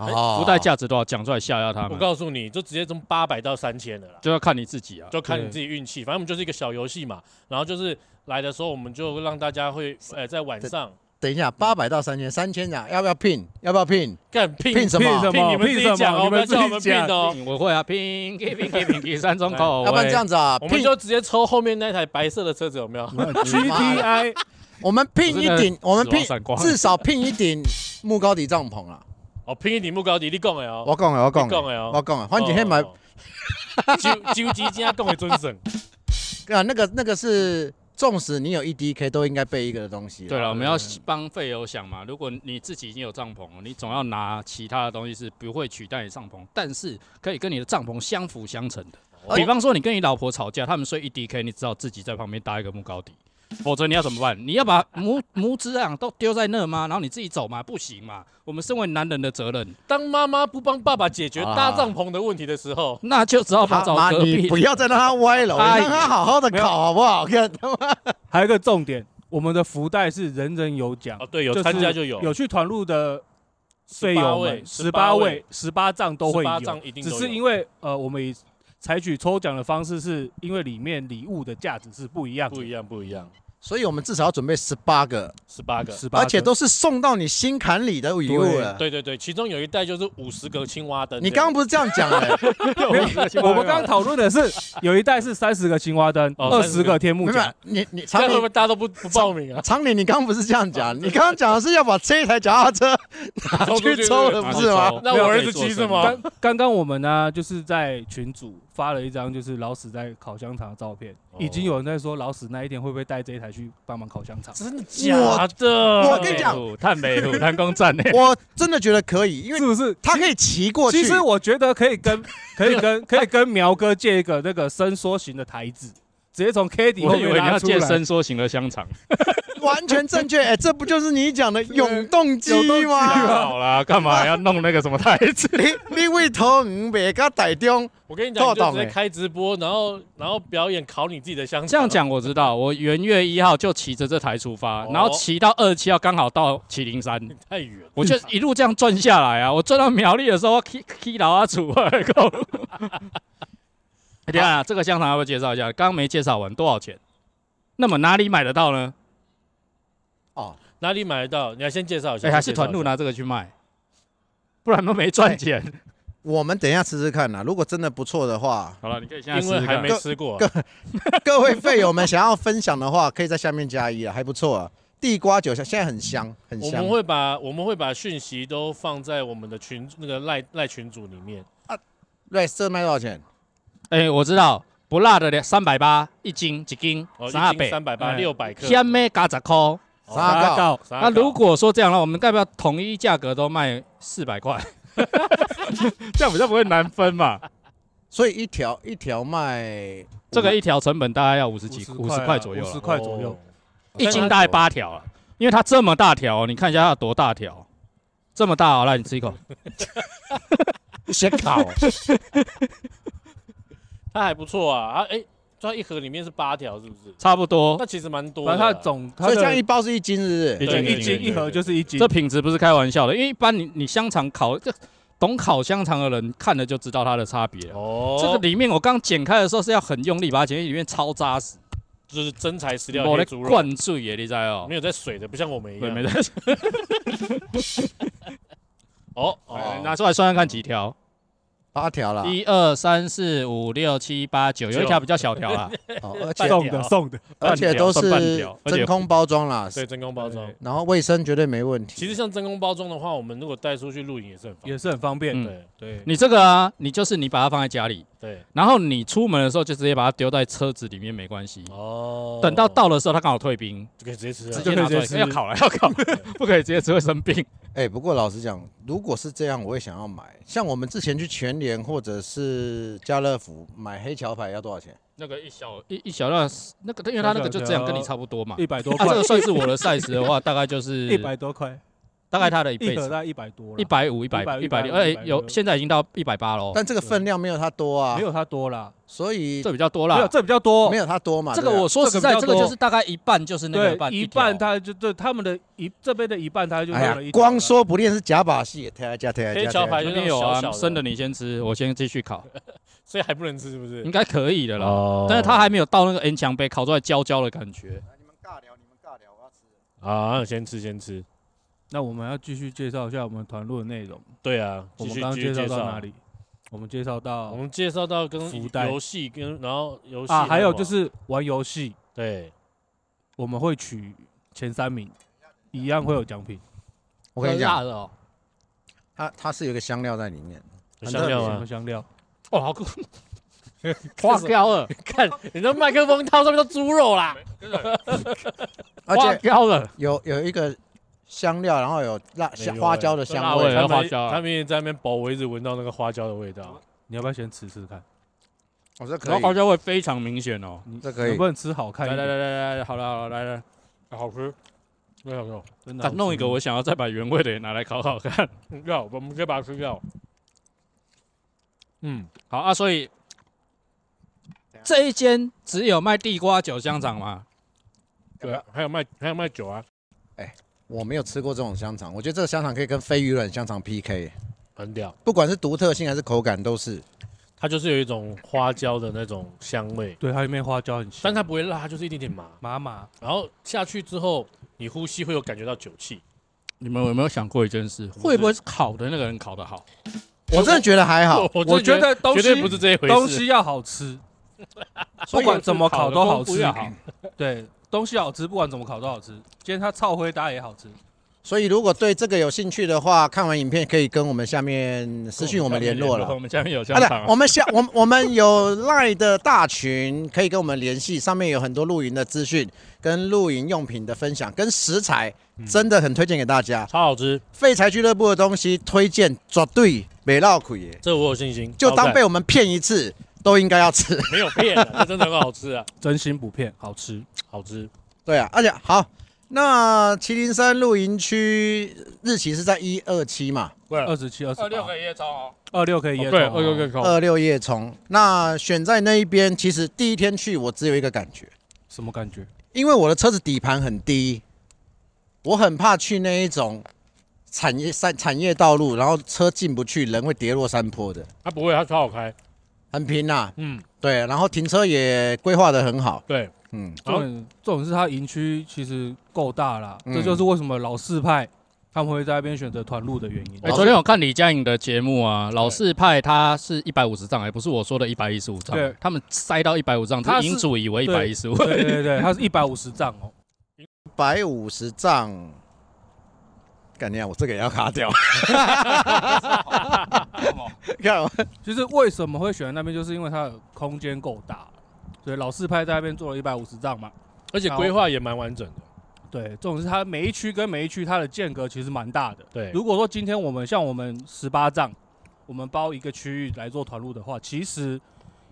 Speaker 3: 哎、
Speaker 4: 哦
Speaker 1: 附带价值多少，讲出来吓吓他
Speaker 3: 我
Speaker 1: 们，
Speaker 3: 告诉你，就直接从八百到三千的啦，
Speaker 1: 就要看你自己啊。
Speaker 3: 就看你自己运气。反正我们就是一个小游戏嘛。然后就是来的时候，我们就让大家会，呃，在晚上
Speaker 4: 等一下，八百到三千，三千啊，要不要拼？要不要拼？
Speaker 3: 干拼
Speaker 4: 拼什
Speaker 2: 拼
Speaker 4: 么
Speaker 2: 什？
Speaker 3: 拼
Speaker 2: 么
Speaker 3: 你们自己讲哦，
Speaker 2: 你
Speaker 3: 不要
Speaker 2: 们自己
Speaker 3: 叫我们拼的哦。
Speaker 1: 我会啊，拼拼拼拼拼三种口味，
Speaker 4: 要不然这样子啊，
Speaker 3: 我们
Speaker 4: 拼
Speaker 3: 就直接抽后面那台白色的车子，有没有？
Speaker 2: GTI
Speaker 4: 我们拼一顶，我们拼
Speaker 1: 死亡闪光
Speaker 4: 至少拼一顶木高底帐篷啊！
Speaker 3: 哦，拼一顶木高底，你讲的哦，
Speaker 4: 我讲的，我讲
Speaker 3: 你
Speaker 4: 的
Speaker 3: 讲，的哦，
Speaker 4: 我讲的，反正那买
Speaker 3: 哦。酒 酒精加更为尊神，
Speaker 4: 啊，那个那个是，纵使你有一 D K，都应该备一个的东西。
Speaker 1: 对了，我们要帮费友想嘛。如果你自己已经有帐篷了，你总要拿其他的东西是不会取代你帐篷，但是可以跟你的帐篷相辅相成的。
Speaker 3: 哦
Speaker 1: 比方说，你跟你老婆吵架，他们睡一 D K，你只好自己在旁边搭一个木高底，否则你要怎么办？你要把母母子俩啊都丢在那吗？然后你自己走吗？不行嘛！我们身为男人的责任，
Speaker 3: 当妈妈不帮爸爸解决
Speaker 4: 啊
Speaker 3: 搭帐篷的问题的时候，
Speaker 1: 那就只好
Speaker 4: 他
Speaker 1: 把找
Speaker 4: 妈，
Speaker 1: 隔
Speaker 4: 你
Speaker 1: 壁
Speaker 4: 不。要再让他歪了，
Speaker 1: 哎
Speaker 4: 让他好好的烤好不好？看他妈，
Speaker 2: 还有一个重点，我们的福袋是人人有奖
Speaker 3: 哦，，对，有
Speaker 2: 是
Speaker 3: 参加就有，
Speaker 2: 有去团路的队
Speaker 3: 18
Speaker 2: 友
Speaker 3: 位
Speaker 2: 们，十八
Speaker 3: 18
Speaker 2: 位、十八仗都会
Speaker 3: 18
Speaker 2: 有，
Speaker 3: 张一定
Speaker 2: 只
Speaker 3: 都
Speaker 2: 是因
Speaker 3: 为
Speaker 2: 为呃，我们以采取抽奖的方式，是因为里面礼物的价值是不一样的，
Speaker 3: 不一样，不一样，
Speaker 4: 所以我们至少要准备十八个，
Speaker 3: 十八个，
Speaker 2: 十八，
Speaker 4: 而且都是送到你心坎里的礼物了。
Speaker 3: 对对对，其中有一袋就是五十个青蛙灯，
Speaker 4: 你刚刚不是这样讲的、
Speaker 2: 没有我们刚刚讨论的是有一袋是三十个青蛙灯，
Speaker 3: 哦
Speaker 2: 二十个天
Speaker 4: 没
Speaker 2: 幕
Speaker 4: 有没有
Speaker 2: 奖，，
Speaker 4: 你你
Speaker 3: 这
Speaker 4: 常
Speaker 3: 样会不
Speaker 4: 理
Speaker 3: 会大家都不不报名啊？
Speaker 4: 常理，你刚刚不是这样讲，你刚刚讲的是要把这一台脚踏车拿
Speaker 3: 抽出
Speaker 4: 去
Speaker 3: 去
Speaker 4: 抽
Speaker 3: 对对
Speaker 4: 了，不是吗？
Speaker 3: 那我儿子急什
Speaker 1: 什
Speaker 3: 么
Speaker 1: 么？
Speaker 2: 刚刚刚我们呢、就是在群组发了一张就是老史在烤香肠的照片，
Speaker 3: 哦
Speaker 2: 已经有人在说老史那一天会不会带这一台去帮忙烤香肠，
Speaker 3: 真的假的？
Speaker 4: 我跟你讲，
Speaker 1: 探北路探工站呢，
Speaker 4: 我真的觉得可以，因为
Speaker 2: 是不是？
Speaker 4: 它可以骑过去。
Speaker 2: 其实我觉得可以跟 可以跟可以跟苗哥借一个那个伸缩型的台子，直接从 K 底后
Speaker 1: 我以
Speaker 2: 面
Speaker 1: 为你
Speaker 2: 拉
Speaker 1: 要
Speaker 2: 出
Speaker 1: 健
Speaker 2: 来。
Speaker 1: 身缩型的香 肠。
Speaker 4: 完全正确，哎、这不就是你讲的永动机
Speaker 2: 永动机
Speaker 4: 吗？
Speaker 1: 好啦，干嘛要弄那个什么台子？
Speaker 4: 你你为头五百个台中，
Speaker 3: 我跟你讲，你
Speaker 4: 够
Speaker 3: 就
Speaker 4: 懂
Speaker 3: 直接
Speaker 4: 欸
Speaker 3: 开直播，然后然后表演考你自己的香肠。
Speaker 1: 这样讲我知 道，我元月一号就骑着这台出发，
Speaker 3: 哦
Speaker 1: 然后骑到二七号刚好到麒麟 山，
Speaker 3: 太远了，
Speaker 1: 我就一路这样转下来啊。我转到苗栗的时候，踢踢到阿楚二狗。 等一下啊，这个香肠要不要介绍一下？刚刚没介绍完，多少钱？那么哪里买得到呢？
Speaker 4: 哦
Speaker 3: 哪里买得到？你要先介绍一下。
Speaker 1: 哎，还是
Speaker 3: 先介绍一
Speaker 1: 团
Speaker 3: 下
Speaker 1: 路？拿这个去卖，不然都没赚 钱。
Speaker 4: 我们等一下试试看呐、啊如果真的不错的话，
Speaker 1: 好了，你可以现在
Speaker 3: 因
Speaker 1: 试
Speaker 3: 为
Speaker 1: 试
Speaker 3: 还
Speaker 1: 看
Speaker 3: 没。吃过啊，
Speaker 4: 各位费友们想要分享的话，可以在下面加一啊，还不错啊。地瓜酒香现在很香，很
Speaker 3: 我
Speaker 4: 香
Speaker 3: 们。会把我们会把讯息都放在我们的群那个赖赖群组里面。
Speaker 4: 对，这卖多少钱？
Speaker 1: 哎，我知道，不辣的三百八一斤，一斤
Speaker 3: 哦，
Speaker 1: 三
Speaker 3: 一斤三百八，
Speaker 2: 哎
Speaker 3: 六百克。
Speaker 1: 香咩加十块。
Speaker 3: 哦
Speaker 4: 三个
Speaker 2: 告
Speaker 3: 三
Speaker 1: 那
Speaker 3: 个
Speaker 1: 如果说这样的话，我们要不要统一价格都卖四百块？这样比较不会难分嘛。
Speaker 4: 所以一条一条卖
Speaker 1: 这个一条成本大概要五十几、
Speaker 2: 50
Speaker 1: 五十块左右
Speaker 2: 五十
Speaker 1: 了，
Speaker 2: 块啊左
Speaker 3: 哦
Speaker 2: 右，
Speaker 1: 一斤大概八条了。因为它这么大条哦，你看一下它有多大条，这么大哦，来你吃一口。
Speaker 4: 先烤，
Speaker 3: 它还不错啊。啊，哎，它一盒里面是八条，是不是？
Speaker 1: 差不多
Speaker 3: 那。其实蛮多的
Speaker 2: 反
Speaker 3: 啊。
Speaker 2: 正它总 它
Speaker 4: 所以这样
Speaker 2: 的
Speaker 4: 一包是一斤，是不
Speaker 1: 哦一
Speaker 3: 对
Speaker 4: 是？
Speaker 1: 斤
Speaker 3: 对
Speaker 2: 一斤
Speaker 3: 对
Speaker 2: 一盒
Speaker 3: 对
Speaker 2: 就是一斤
Speaker 1: 这，品质不是开玩笑的，因为一般你你香肠烤这懂烤香肠的人看了就知道它的差别了。
Speaker 3: 哦，
Speaker 1: 这个里面我刚剪开的时候是要很用力把它剪开，里面超扎实，
Speaker 3: 就是真材实料
Speaker 1: 我
Speaker 3: 黑
Speaker 1: 来
Speaker 3: 猪肉，
Speaker 1: 灌醉耶，你知道哦
Speaker 3: 没？有在水的，不像我们一
Speaker 1: 对，
Speaker 3: 样。
Speaker 1: 没在
Speaker 3: 哦
Speaker 1: 哎
Speaker 3: 哦，
Speaker 1: 拿出来算算看几条，
Speaker 4: 八条啦。
Speaker 1: 一二三四五六七八九，有一条比较小条啦，
Speaker 4: 哦，而
Speaker 3: 半
Speaker 4: 且
Speaker 2: 送
Speaker 3: 条
Speaker 2: 的送的，
Speaker 4: 而且都
Speaker 1: 算半
Speaker 4: 是
Speaker 1: 条而且
Speaker 4: 真空包装啦，
Speaker 3: 对，真空包装
Speaker 2: 对。
Speaker 4: 然后卫生绝对没问题。
Speaker 3: 其实像真空包装的话，我们如果带出去露营也是很方
Speaker 2: 也
Speaker 3: 便。
Speaker 2: 是很方便。
Speaker 1: 嗯
Speaker 3: 对
Speaker 2: 对，
Speaker 1: 你这个啊，你就是你把它放在家里，
Speaker 3: 对，
Speaker 1: 然后你出门的时候就直接把它丢在车子里面，没关系。
Speaker 3: 哦，
Speaker 1: 等到到的时候，它刚好退冰，
Speaker 3: 就可以直接
Speaker 1: 直
Speaker 3: 吃了。
Speaker 1: 接拿出
Speaker 2: 就可以
Speaker 1: 来
Speaker 2: 直接吃
Speaker 1: 要烤了，要烤，不可以直接吃会生病。
Speaker 4: 哎、不过老实讲，如果是这样，我也想要买。像我们之前去全联或者是家乐福买黑桥牌要多少钱？
Speaker 1: 那个一小一一小段，那个因为它那个就这样，跟你差不多嘛。
Speaker 2: 一百多
Speaker 1: 啊，
Speaker 2: 块
Speaker 1: 这，个算是我的 size 的话，大概就是
Speaker 2: 一百多块，
Speaker 1: 大概它的一
Speaker 2: 一
Speaker 1: 倍
Speaker 2: 盒
Speaker 1: 是，
Speaker 2: 大概一百多了，
Speaker 1: 一百五、一百
Speaker 2: 100
Speaker 1: 一百
Speaker 2: 100
Speaker 1: 零，哎，
Speaker 2: 100
Speaker 1: 有现在已经到一百八喽，
Speaker 4: 但这个分量没有它多啊
Speaker 2: 没，有它多啦，
Speaker 4: 所以
Speaker 1: 这比较多
Speaker 2: 没有
Speaker 1: 啦。
Speaker 2: 这比较多
Speaker 4: 没，有它多嘛。
Speaker 1: 这个
Speaker 4: 对啊
Speaker 1: 我说实在，
Speaker 2: 这
Speaker 1: 这
Speaker 2: 个比较多
Speaker 1: 个就是大概一半，就是那个
Speaker 2: 对，一
Speaker 1: 半
Speaker 2: 半它就对他们的一这边的一半，它就
Speaker 4: 哎
Speaker 2: 弄了一
Speaker 4: 呀，
Speaker 2: 条
Speaker 4: 光
Speaker 2: 了
Speaker 4: 说不练是假把戏，跳来加跳来加。
Speaker 3: 黑桥牌
Speaker 1: 那
Speaker 3: 就
Speaker 1: 边
Speaker 3: 是
Speaker 1: 有啊
Speaker 3: 小，小
Speaker 1: 生的，你先吃，我先继续烤，
Speaker 3: 所以还不能吃，是不是
Speaker 1: 应？该可以的啦。
Speaker 3: 嗯哦
Speaker 1: 但是它还没有到那个 N 强杯烤出来焦焦的感觉。
Speaker 4: 你们尬聊，你们尬聊，我要吃。
Speaker 3: 啊，先吃先吃。
Speaker 2: 那我们要继续介绍一下我们团路的内容。
Speaker 3: 对啊，
Speaker 2: 我
Speaker 3: 继
Speaker 2: 们
Speaker 3: 续
Speaker 2: 刚刚
Speaker 3: 继续
Speaker 2: 介
Speaker 3: 介
Speaker 2: 绍到哪？里？我们介绍
Speaker 3: 我
Speaker 2: 到
Speaker 3: 们介绍到跟
Speaker 2: 福袋
Speaker 3: 游戏跟然后游戏
Speaker 2: 啊，还有
Speaker 3: 什么
Speaker 2: 就是玩游戏，
Speaker 3: 对
Speaker 2: 我们会取前三名，一样会有奖品。
Speaker 4: 我跟你
Speaker 1: 辣
Speaker 4: 讲，
Speaker 1: 的哦，
Speaker 4: 它它是有一个香料在里面，
Speaker 3: 有香料
Speaker 2: 什
Speaker 3: 啊
Speaker 2: 么，香料？
Speaker 1: 哦，好酷，花椒了，
Speaker 3: 看 你的麦克风套上面都猪肉啦，
Speaker 4: 而
Speaker 1: 花
Speaker 4: 且
Speaker 1: 椒了，
Speaker 4: 有有一个香料，然后有辣
Speaker 3: 没有哎
Speaker 4: 香花椒的
Speaker 1: 哎辣
Speaker 4: 香
Speaker 1: 味
Speaker 4: 味。
Speaker 1: 还有
Speaker 3: 他
Speaker 1: 花
Speaker 3: 们
Speaker 1: 椒啊
Speaker 3: 他们也在那边包，我一直闻到那个花椒的味道。
Speaker 2: 你要不要先吃吃看？
Speaker 4: 我说
Speaker 1: 然
Speaker 4: 可
Speaker 1: 后花
Speaker 4: 以，
Speaker 1: 椒味非常明显哦。
Speaker 2: 你
Speaker 4: 这可以
Speaker 2: 能不能吃好看
Speaker 1: 来
Speaker 2: 一
Speaker 1: 来
Speaker 2: 点？
Speaker 1: 来来来，好了好了，来来，
Speaker 3: 啊好吃，没有没有，
Speaker 2: 真的好
Speaker 1: 敢
Speaker 2: 吃
Speaker 1: 弄一个，
Speaker 2: 吗
Speaker 1: 我想要再把原味的也拿来烤烤看。
Speaker 3: 要我们可以把它吃掉。嗯，
Speaker 1: 好啊，所以这一间只有卖地瓜酒香肠吗？
Speaker 3: 对啊，还有卖还有卖酒啊，
Speaker 4: 我没有吃过这种香肠，我觉得这个香肠可以跟飞鱼卵香肠 PK，
Speaker 3: 很屌。
Speaker 4: 不管是独特性还是口感都是。
Speaker 3: 它就是有一种花椒的那种香味，
Speaker 2: 对，它里面花椒很香，
Speaker 3: 但它不会辣，它就是一点点麻。
Speaker 2: 麻麻
Speaker 3: 然后下去之后，你呼吸会有感觉到酒气。
Speaker 1: 你们有没有想过一件事？会不会是烤的那个人烤得好？
Speaker 4: 我真的觉得还 好，
Speaker 3: 我
Speaker 2: 我
Speaker 3: 真
Speaker 2: 觉
Speaker 3: 的
Speaker 2: 得东
Speaker 3: 绝
Speaker 2: 西
Speaker 3: 对不是这一回事。
Speaker 2: 东西要 好吃，不管怎么烤都好
Speaker 1: 所以
Speaker 2: 吃
Speaker 1: 是。烤的功夫要好
Speaker 2: 对，东西好吃，不管怎么烤都好吃。今天它炒灰搭也好吃。
Speaker 4: 所以如果对这个有兴趣的话，看完影片可以跟我们下面私讯我们联络了。
Speaker 1: 我们下面有香
Speaker 4: 啊，
Speaker 1: 肠
Speaker 4: 对，
Speaker 1: 啊。
Speaker 4: 我们下 我们我们有 Line 的大群，可以跟我们联系，上面有很多露营的资讯、跟露营用品的分享、跟食材，真的很推荐给大家。
Speaker 3: 超好吃，
Speaker 4: 废柴俱乐部的东西推荐绝对没落亏耶，
Speaker 3: 这我有信心。
Speaker 4: 就
Speaker 3: 超
Speaker 4: 当
Speaker 3: 赞
Speaker 4: 被我们骗一次，都应该要吃。
Speaker 3: 没有骗了，它真的很好吃啊，
Speaker 2: 真心不骗，好吃。
Speaker 3: 好吃。
Speaker 4: 对啊，而且好，那麒麟山露营区日期是在一二七嘛，
Speaker 2: 二十七、二十八、
Speaker 1: 以夜超哦。
Speaker 2: 二六可以啊
Speaker 1: 对，
Speaker 2: 腌。
Speaker 1: 二六可以
Speaker 2: 以。
Speaker 1: 烤。
Speaker 4: 二六夜冲。那选在那一边，其实第一天去我只有一个感觉，
Speaker 2: 什么感觉？
Speaker 4: 因为我的车子底盘很低，我很怕去那一种产业山产业道路，然后车进不去，人会跌落山坡的，
Speaker 3: 它不会，它超好开。
Speaker 4: 很平啊呐、
Speaker 3: 嗯，
Speaker 4: 对，然后停车也规划的很好，
Speaker 3: 对，
Speaker 4: 嗯，
Speaker 3: 好
Speaker 2: 重点重点是它营区其实够大啦，
Speaker 4: 嗯
Speaker 2: 这就是为什么老四派他们会在那边选择团路的原因。
Speaker 1: 哎，昨天我看李佳颖的节目啊，老四派他是一百五十丈，也不是我说的一百一十五丈
Speaker 2: 对，
Speaker 1: 他们塞到一百五丈，
Speaker 2: 他
Speaker 1: 他
Speaker 2: 是
Speaker 1: 银主以为一百一十五，
Speaker 2: 对对对，它是一百五十丈哦，
Speaker 4: 百五十丈。干你啊！我这个也要卡 掉。看我，
Speaker 2: 其实为什么会选在那边，就是因为它的空间够大，所以老四派在那边做了一百五十丈嘛。
Speaker 3: 而且规划也蛮完整的。
Speaker 2: 对，重点是它每一区跟每一区它的间隔其实蛮大的。
Speaker 3: 对，
Speaker 2: 如果说今天我们像我们十八丈，我们包一个区域来做团路的话，其实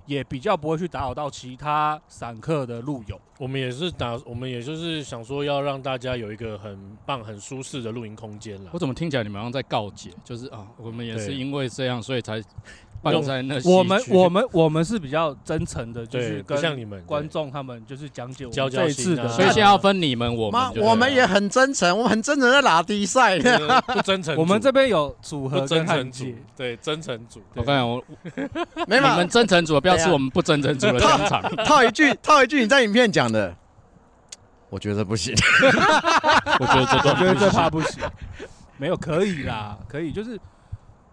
Speaker 2: 也比较不会去打扰到其他散客的路友。
Speaker 3: 我们也是打，我们也就是想说要让大家有一个很棒、很舒适的露营空间啦
Speaker 1: 我。怎么听起来你们好像在告解？就是啊，我们也是
Speaker 3: 对
Speaker 1: 因为这样，所以才办在那西区。
Speaker 2: 我们我们我们是比较真诚的，就
Speaker 3: 对，
Speaker 2: 是
Speaker 3: 不
Speaker 2: 跟
Speaker 3: 像你们
Speaker 2: 观，众他们就是讲解我
Speaker 3: 交
Speaker 2: 们
Speaker 3: 交
Speaker 2: 这一次
Speaker 3: 心啊
Speaker 2: 的，
Speaker 1: 所以现在要分你们我们，
Speaker 4: 妈
Speaker 1: 就对了，啊
Speaker 4: 我们也很真诚，我们很真诚在打 比赛。
Speaker 3: 对就是不真诚组。
Speaker 2: 我们这边有组合
Speaker 3: 不真
Speaker 2: 跟汉
Speaker 3: 诚组
Speaker 2: 姐，，
Speaker 3: 对真诚组。
Speaker 1: 我跟你讲，我
Speaker 4: 没
Speaker 1: 你
Speaker 4: 嘛
Speaker 1: 们，真诚组的不要吃
Speaker 4: 对啊
Speaker 1: 我们不真诚组的香 肠。
Speaker 4: 套一句，套一句你在影片讲的，我觉得不行。
Speaker 1: 我觉得这
Speaker 2: 我觉得
Speaker 1: 段
Speaker 2: 这怕不行，没有可以啦，可以就是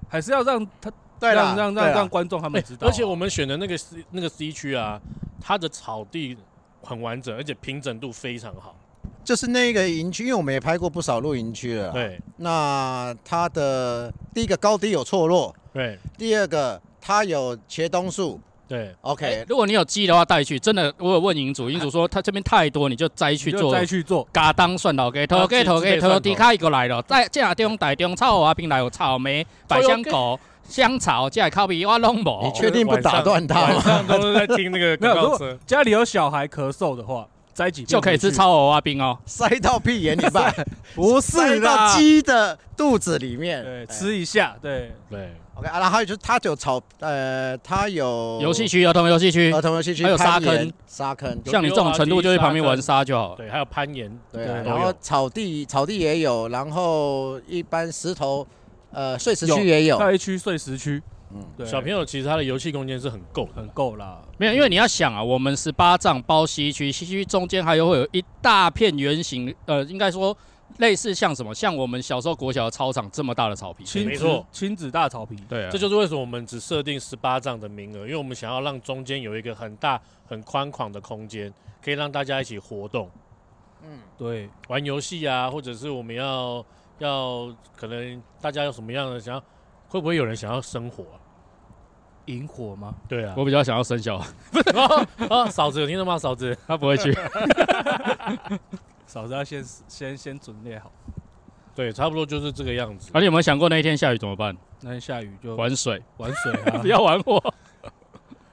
Speaker 2: 还是要让他
Speaker 4: 对啦
Speaker 2: 让让
Speaker 4: 对
Speaker 2: 让
Speaker 4: 啦
Speaker 2: 让观众他们
Speaker 3: 哎
Speaker 2: 知道啊，
Speaker 3: 而且我们选的那个 C 那个 C 区啊，它的草地很完整，而且平整度非常好。
Speaker 4: 就是那个营区，因为我们也拍过不少露营区了。，
Speaker 3: 对啊
Speaker 4: 那它的第一个高低有错落，
Speaker 3: 对
Speaker 4: 第二个它有茄冬树。
Speaker 3: 对，
Speaker 4: OK，
Speaker 1: 如果你有鸡的话带去，真的，我有问营主，营主说他这边太多，你就摘去
Speaker 2: 你就
Speaker 1: 做
Speaker 2: 再。去做，
Speaker 1: 嘎当蒜头给头给头给头，底下一个来了，在这下中台中草啊，边来有草莓、百香果、香草，这靠比我拢
Speaker 4: 你
Speaker 1: 无。
Speaker 4: 确定不打断他
Speaker 3: 晚
Speaker 4: 吗？
Speaker 3: 上都是在听那个
Speaker 2: 没有
Speaker 3: 广
Speaker 2: 如
Speaker 3: 告
Speaker 2: 果
Speaker 3: 车。
Speaker 2: 家里有小孩咳嗽的话，摘几片
Speaker 1: 就可以
Speaker 2: 回
Speaker 1: 吃
Speaker 2: 去
Speaker 1: 超偶啊冰哦。
Speaker 4: 塞到屁眼里 吧，
Speaker 2: 不
Speaker 4: 塞
Speaker 2: 是
Speaker 4: 到
Speaker 2: 啦，
Speaker 4: 鸡的肚子里面。
Speaker 2: 对，
Speaker 4: 哎
Speaker 2: 吃一下，对，
Speaker 3: 对，
Speaker 4: OK 啊，然后还有就是它有草，呃，它有
Speaker 1: 游戏哦区、儿童游戏区
Speaker 4: 儿，童游戏区，
Speaker 1: 还有沙
Speaker 4: 攀岩
Speaker 1: 坑，
Speaker 4: 沙坑，
Speaker 1: 像你这种程度，就去旁边玩沙就好了。
Speaker 3: 对，还有攀岩，
Speaker 4: 对
Speaker 3: 对
Speaker 4: 啊，
Speaker 3: 都
Speaker 4: 然后
Speaker 3: 有
Speaker 4: 草地草地也有，然后一般石头，呃，碎石
Speaker 2: 有
Speaker 4: 区
Speaker 1: 哦
Speaker 4: 也有，
Speaker 2: 到一区碎石区，
Speaker 4: 嗯
Speaker 2: 对，
Speaker 3: 小朋友其实他的游戏空间是很够的。
Speaker 2: 很够啦，
Speaker 1: 没有，因为你要想啊，我们十八丈包西区，西区中间还有会有一大片圆形，呃，应该说类似像什么，像我们小时候国小的操场这么大的草皮。
Speaker 2: 亲
Speaker 3: 没
Speaker 2: 子
Speaker 3: 错
Speaker 2: 亲子大草皮，
Speaker 1: 对啊，
Speaker 3: 这就是为什么我们只设定十八丈的名额，因为我们想要让中间有一个很大、很宽广的空间，可以让大家一起活动、
Speaker 4: 嗯，
Speaker 2: 对，
Speaker 3: 玩游戏啊，或者是我们要要可能大家有什么样的想要，会不会有人想要生活、啊？
Speaker 2: 萤火吗？
Speaker 3: 对啊，
Speaker 1: 我比较想要生肖，
Speaker 3: 啊，嫂子有听到吗？嫂子，
Speaker 1: 他不会去。啊
Speaker 2: 嫂子要先先先准备好，
Speaker 3: 对，差不多就是这个样子
Speaker 1: 啊，。你有没有想过那一天下雨怎么办？
Speaker 2: 那天下雨就
Speaker 1: 玩水，
Speaker 2: 玩水啊
Speaker 1: 不，要玩我，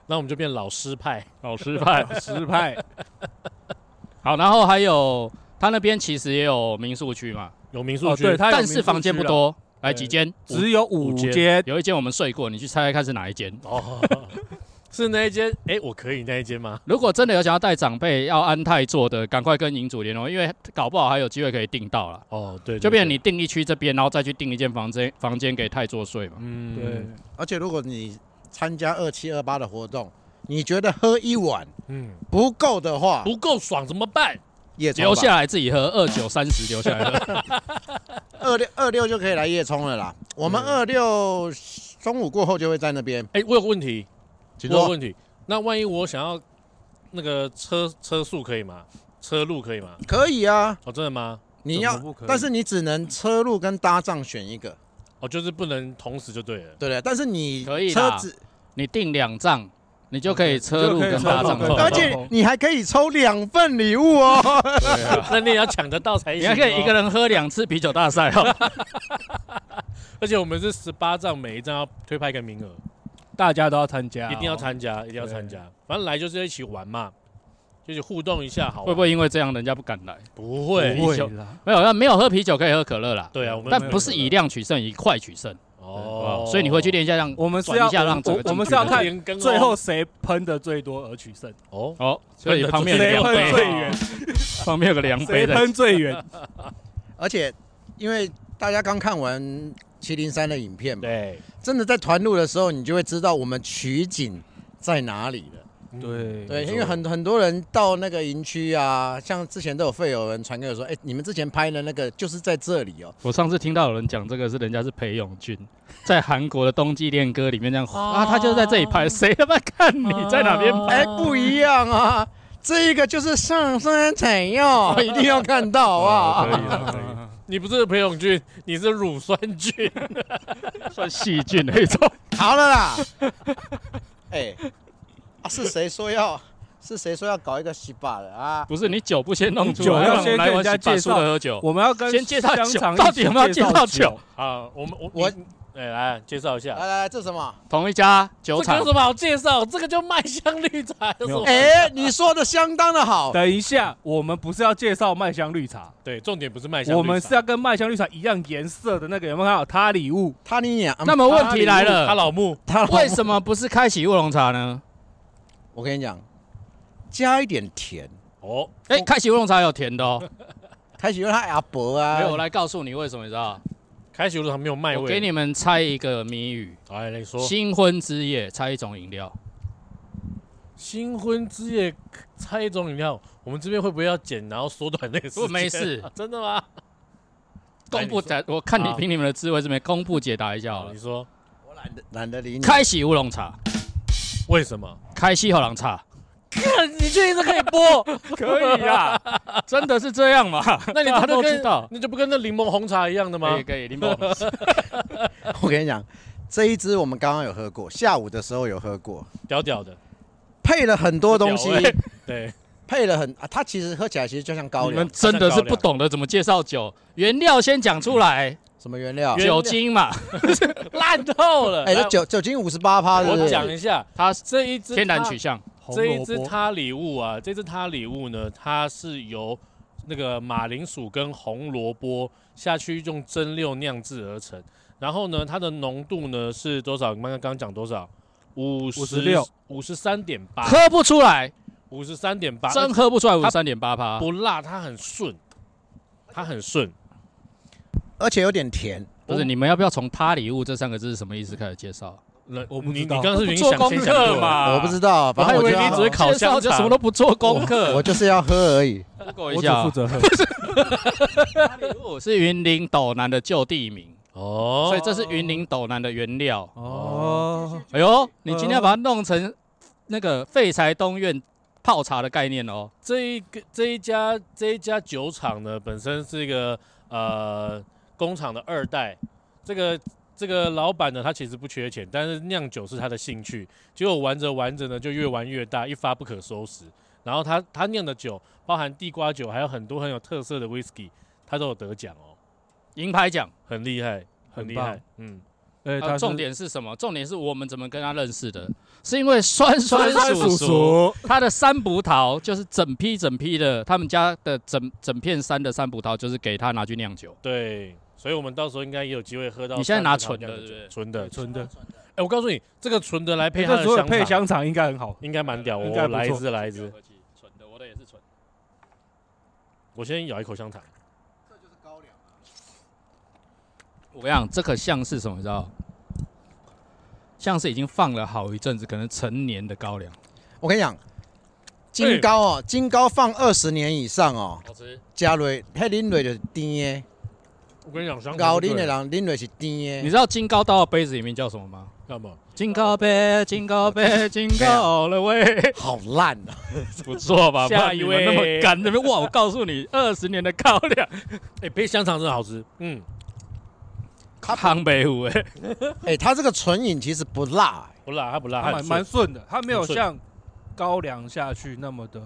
Speaker 3: 那我们就变老师派，
Speaker 1: 老师派。
Speaker 2: 石派，
Speaker 1: 好，然后还有他那边其实也有民宿区嘛，
Speaker 3: 有民宿
Speaker 2: 哦，
Speaker 3: 区，
Speaker 2: 对，它有
Speaker 1: 但
Speaker 2: 民
Speaker 1: 是
Speaker 2: 宿
Speaker 1: 房间
Speaker 2: 区
Speaker 1: 不
Speaker 2: 啦，
Speaker 1: 多，来
Speaker 2: 对
Speaker 1: 几间？
Speaker 2: 只有
Speaker 3: 五
Speaker 2: 五
Speaker 3: 间
Speaker 2: 间，
Speaker 1: 有一间我们睡过，你去猜猜看是哪一间？
Speaker 3: 哦，是那一间？哎、我可以那一间吗？
Speaker 1: 如果真的有想要带长辈要安泰做的，赶快跟银主联络，因为搞不好还有机会可以订到啦。
Speaker 3: 哦，对
Speaker 1: 就变成你，定一区这边，然后再去订一间房间房间给泰做睡嘛。
Speaker 3: 嗯
Speaker 2: 对，，
Speaker 4: 而且如果你参加二七二八的活动，你觉得喝一碗
Speaker 3: 嗯，
Speaker 4: 不够的话，
Speaker 3: 不够爽怎么办？
Speaker 4: 夜冲吧
Speaker 1: 留下来自己喝，二九三十留下来 喝。
Speaker 4: 二六二六就可以来夜冲了啦。我们二六中午过后就会在那边，
Speaker 3: 哎、我有个问题，
Speaker 4: 请
Speaker 3: 我有个
Speaker 4: 说
Speaker 3: 问题，那万一我想要那个车车速可以吗？车路可以吗？
Speaker 4: 可以啊，
Speaker 3: 哦，真的吗？
Speaker 4: 你
Speaker 2: 怎
Speaker 4: 要
Speaker 2: 么不可以，
Speaker 4: 但是你只能车路跟搭帐选一个，
Speaker 3: 哦，就是不能同时就对了。
Speaker 4: 对不对？但是你
Speaker 1: 可以
Speaker 4: 车
Speaker 1: 啦
Speaker 4: 子，
Speaker 1: 你订两帐，你就可以车路跟大帐
Speaker 2: 你就可以车
Speaker 1: 篷
Speaker 2: 路跟搭
Speaker 4: 而
Speaker 2: 帐篷
Speaker 4: 且你还可以抽两份礼物哦。
Speaker 3: 那你也要抢得到才行、哦
Speaker 1: 你还可以一个，人喝两次啤酒大赛哦。
Speaker 3: 而且我们是十八张，每一张要推派一个名额，
Speaker 2: 大家都要参
Speaker 1: 啊
Speaker 2: 加，哦
Speaker 3: 一定要，参加，一定要参加。反正来就是要一起玩嘛，就是互动一下，好玩
Speaker 1: 会不会因为这样人家不敢来？
Speaker 3: 不
Speaker 2: 不
Speaker 3: 会？
Speaker 2: 会
Speaker 1: 啤酒
Speaker 2: 啦，
Speaker 1: 没有，没有喝啤酒可以喝可乐啦，
Speaker 3: 对啊，我们
Speaker 1: 但
Speaker 3: 没有
Speaker 1: 不是以量取胜，以快取胜。
Speaker 3: 哦，
Speaker 1: 所以你回去练一下让
Speaker 2: 我们是
Speaker 1: 转
Speaker 2: 要
Speaker 1: 一下让整
Speaker 2: 我
Speaker 1: 个
Speaker 2: 我们
Speaker 1: 进
Speaker 2: 是要
Speaker 1: 去
Speaker 2: 看
Speaker 3: 连更哦
Speaker 2: 最后谁喷的最多而取胜，
Speaker 3: 哦，
Speaker 1: 哦，所以旁边有个
Speaker 2: 谁
Speaker 1: 量
Speaker 2: 喷最
Speaker 1: 杯，
Speaker 2: 远，
Speaker 1: 旁边有个量杯
Speaker 2: 谁
Speaker 1: 的。
Speaker 2: 喷最远，
Speaker 4: 而且因为大家刚看完七零三的影片嘛，
Speaker 3: 对
Speaker 4: 真的在团路的时候，你就会知道我们取景在哪里了。
Speaker 2: 对
Speaker 4: 对，
Speaker 3: 没错
Speaker 4: 因为很很多人到那个营区啊，像之前都有会有人传给我说，哎、你们之前拍的那个就是在这里哦。
Speaker 1: 我上次听到有人讲这个是人家是裴勇俊在韩国的冬季恋歌里面这样
Speaker 3: 哦
Speaker 1: 啊，他就是在这里拍，谁他妈看你在哪边 拍？
Speaker 4: 哎、不一样啊，这一个就是上山采 药，一定要看到啊。
Speaker 3: 哦
Speaker 1: 可以了，可以了，
Speaker 3: 你不是裴勇俊，你是乳酸菌，
Speaker 1: 算细菌那种。
Speaker 4: 好了啦， 哎、啊是谁说要是谁说要搞一个洗把的啊？
Speaker 1: 不是你酒不先弄出
Speaker 2: 酒
Speaker 1: 来，
Speaker 2: 要
Speaker 1: 让我们
Speaker 2: 先
Speaker 1: 啊来
Speaker 2: 跟
Speaker 1: 玩
Speaker 2: 人家
Speaker 1: 洗把
Speaker 2: 介
Speaker 1: 输
Speaker 2: 绍
Speaker 1: 的喝酒。
Speaker 2: 我们要跟
Speaker 1: 先介绍
Speaker 2: 香
Speaker 1: 酒
Speaker 2: 肠，
Speaker 1: 到底有没有介绍酒？？
Speaker 3: 啊，我们我
Speaker 4: 我
Speaker 3: 我，哎、来介绍一下
Speaker 4: 来，来来，这什么？
Speaker 1: 同一家啊酒
Speaker 3: 这个
Speaker 1: 厂
Speaker 3: 有什么好介绍？这个就麦香绿茶，有 什么？
Speaker 4: 哎、你说的相当的好，
Speaker 2: 等一下，我们不是要介绍麦香绿茶，
Speaker 3: 对，重点不是麦香绿茶，
Speaker 2: 我们是要跟麦香绿茶一样颜色的那个，有没有看到？它礼物
Speaker 4: 他你俩，
Speaker 1: 那么问题来
Speaker 3: 他
Speaker 1: 了，
Speaker 3: 老木，
Speaker 4: 他
Speaker 1: 为什么不是开启乌龙茶呢？
Speaker 4: 我跟你讲，加一点甜，
Speaker 3: 哦，
Speaker 1: 哎，开启乌龙茶有甜的哦。
Speaker 4: 开始用他阿伯啊，
Speaker 3: 哎
Speaker 1: 没有，我来告诉你为什么，你知道？
Speaker 3: 开启路上没有麦味，
Speaker 1: 我给，你们猜一个谜语：
Speaker 3: 来你说，
Speaker 1: 新婚之夜，猜一种饮料。
Speaker 3: 新婚之夜猜一种饮料，我们这边会不会要剪，然后缩短那个时
Speaker 1: 不
Speaker 3: 间？
Speaker 1: 没事，
Speaker 3: 真的吗？
Speaker 1: 公布
Speaker 3: 来
Speaker 1: 解， 我看你
Speaker 3: 好
Speaker 1: 凭你们的智慧这边公布解答一下好
Speaker 3: 好，
Speaker 1: 了
Speaker 3: 你。说
Speaker 4: 我懒得懒得理你。
Speaker 1: 开喜乌龙茶，
Speaker 3: 为什么？
Speaker 1: 开西后狼茶，
Speaker 3: 你确定这可以播？
Speaker 1: 可以啊， 真的是这样 吗？
Speaker 3: 那你
Speaker 1: 大家
Speaker 3: 这
Speaker 1: 都
Speaker 3: 不
Speaker 1: 知
Speaker 3: 跟
Speaker 1: 道，
Speaker 3: 那就不跟那柠檬红茶一样的吗
Speaker 1: 可以？可以，林 宝，
Speaker 4: 我跟你讲，这一支我们刚刚有喝过，下午的时候有喝过，
Speaker 3: 屌屌的，
Speaker 4: 配了很多东西，
Speaker 3: 屌 欸对，
Speaker 4: 配了很啊，它其实喝起来其实就像高
Speaker 1: 你
Speaker 4: 粱
Speaker 1: 们，真的是不懂得怎么介绍酒，原料先讲出 来，
Speaker 4: 什么原料？
Speaker 3: 原料
Speaker 1: 酒精 嘛，
Speaker 3: 烂透了。
Speaker 4: 哎，
Speaker 3: 来
Speaker 4: 这酒酒精五十八趴，对不
Speaker 3: 我
Speaker 4: 对？
Speaker 3: 讲一下，
Speaker 1: 它
Speaker 3: 这一支
Speaker 1: 天然
Speaker 3: 它
Speaker 1: 取向，
Speaker 2: 红
Speaker 3: 这一
Speaker 2: 萝
Speaker 3: 只
Speaker 2: 卜
Speaker 3: 他礼物啊，这只他礼物呢，它是由那个马铃薯跟红萝卜下去用蒸馏酿制而成。然后呢，它的浓度呢是多少？你刚刚刚讲多少？五
Speaker 2: 56
Speaker 3: 五十三点八，
Speaker 1: 喝不出来，
Speaker 3: 五十三点八，
Speaker 1: 真喝不出来五十三点八趴。
Speaker 3: 不辣，它很顺，它很顺。
Speaker 4: 而且有点甜。
Speaker 1: 不是你们要不要从“他礼物”这三个字是什么意思开始介绍？
Speaker 3: 那
Speaker 2: 我不
Speaker 3: 你
Speaker 2: 知
Speaker 3: 你
Speaker 2: 道
Speaker 3: 刚刚是已经
Speaker 1: 做
Speaker 3: 想
Speaker 1: 功
Speaker 3: 先想过
Speaker 1: 课
Speaker 3: 了？
Speaker 1: 嘛？
Speaker 4: 我不知道，
Speaker 1: 啊我
Speaker 4: 反
Speaker 1: 还
Speaker 4: 正
Speaker 1: 以
Speaker 4: 我
Speaker 1: 为
Speaker 4: 就
Speaker 1: 你
Speaker 4: 要
Speaker 1: 只会 烤香
Speaker 3: 介
Speaker 1: 肠，
Speaker 3: 绍
Speaker 1: 什么都不做功课。
Speaker 4: 我就是要喝而已。
Speaker 1: Google 一
Speaker 2: 我只
Speaker 1: 下
Speaker 2: 负
Speaker 1: 哦，
Speaker 2: 责喝。
Speaker 1: 他 礼物是云林斗南的旧地名，
Speaker 3: 哦，
Speaker 1: 所以这是云林斗南的原料。
Speaker 2: 哦，
Speaker 1: 哎呦，你今天要把它弄成那个废柴东院泡茶的概念哦。
Speaker 3: 这一个这一家这一家酒厂呢，本身是一个呃工厂的二代，这个这个老板呢，他其实不缺钱，但是酿酒是他的兴趣，结果玩着玩着呢，就越玩越大，一发不可收拾。然后他他酿的酒，包含地瓜酒，还有很多很有特色的 whisky，他都有得奖哦，
Speaker 1: 银牌奖，
Speaker 3: 很厉害，很厉
Speaker 2: 很
Speaker 3: 害
Speaker 2: 棒，
Speaker 3: 嗯，
Speaker 2: 哎，
Speaker 1: 呃
Speaker 2: 他
Speaker 1: 重点是什么？重点是我们怎么跟他认识的？是因为酸酸
Speaker 2: 酸酸
Speaker 1: 叔
Speaker 2: 叔
Speaker 1: 叔，
Speaker 2: 叔，
Speaker 1: 他的三葡萄就是整批整批的，他们家的整整片山的三葡萄就是给他拿去酿酒。
Speaker 3: 对，所以我们到时候应该也有机会喝到。
Speaker 1: 你现在拿纯的对哎不对
Speaker 3: 纯的，
Speaker 2: 纯
Speaker 1: 啊
Speaker 2: 的，哎
Speaker 3: 哎、我告诉你，这个纯的来配
Speaker 2: 配
Speaker 3: 它
Speaker 2: 这
Speaker 3: 的
Speaker 2: 所有
Speaker 3: 香
Speaker 2: 配
Speaker 3: 肠，
Speaker 2: 香肠应该很好。
Speaker 3: 应该蛮屌哦，
Speaker 2: 应该不错
Speaker 3: 来一支来一支，
Speaker 1: 纯的，我的也是纯。
Speaker 3: 我先咬一口香肠。
Speaker 1: 我跟你讲，这个像是什么？你知道？像是已经放了好一阵子，可能成年的高粱，
Speaker 4: 我跟你讲，金糕哦，金糕放二十年以上哦，
Speaker 1: 哎好吃。
Speaker 4: 加蕊黑林蕊就是甜
Speaker 3: 我跟你讲，香肠
Speaker 4: 的，高龄的人林蕊是甜
Speaker 1: 你
Speaker 4: 的。
Speaker 1: 知道金糕倒到杯子里面叫什么吗？
Speaker 3: 干嘛？
Speaker 1: 金高杯，金高杯，金高了喂，
Speaker 4: 好烂啊！
Speaker 1: 不错吧
Speaker 3: 下
Speaker 1: 不然你
Speaker 3: 一
Speaker 1: 们
Speaker 3: 位
Speaker 1: 那么干，那边哇！我告诉你，二十年的高粱，
Speaker 3: 哎、配香肠真的好吃。嗯，
Speaker 1: 康北虎哎，
Speaker 4: 哎，它这个纯饮其实不辣，
Speaker 3: 不辣，它不辣，它
Speaker 2: 蛮
Speaker 3: 很
Speaker 2: 蛮
Speaker 3: 顺
Speaker 2: 顺的，它没有
Speaker 3: 很顺
Speaker 2: 像高粱下去那么的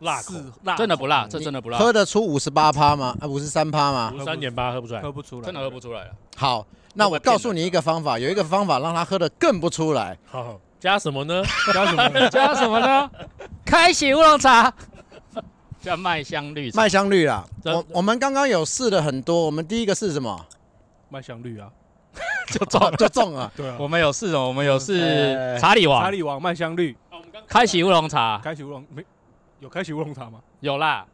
Speaker 3: 辣口，嗯
Speaker 2: 是辣，
Speaker 1: 真的不
Speaker 3: 啊
Speaker 1: 辣，这
Speaker 4: 你
Speaker 1: 真的不辣，
Speaker 4: 喝得出五十八趴吗？啊，五十三趴吗？
Speaker 3: 五三点八喝不出来。
Speaker 2: 喝不出来，
Speaker 1: 真的喝不出来了。
Speaker 4: 好，那我告诉你一个方法，有一个方法让它喝得更不出来。
Speaker 3: 好好，加什么呢？
Speaker 2: 加什么？
Speaker 1: 加什么呢？ 开喜乌龙茶，叫麦香绿茶。
Speaker 4: 麦香绿啦，
Speaker 3: 真的
Speaker 4: 我我们刚刚有试了很多，我们第一个是什么？
Speaker 2: 麦香绿啊，
Speaker 4: 就中就中了。
Speaker 2: 对啊
Speaker 1: 我们有四种，我们有是
Speaker 4: 呃
Speaker 1: 查理
Speaker 2: 查
Speaker 1: 王、
Speaker 2: 理王麦香绿，
Speaker 1: 开喜乌龙茶，
Speaker 2: 开启乌龙没有开启乌龙茶吗？
Speaker 1: 有啦，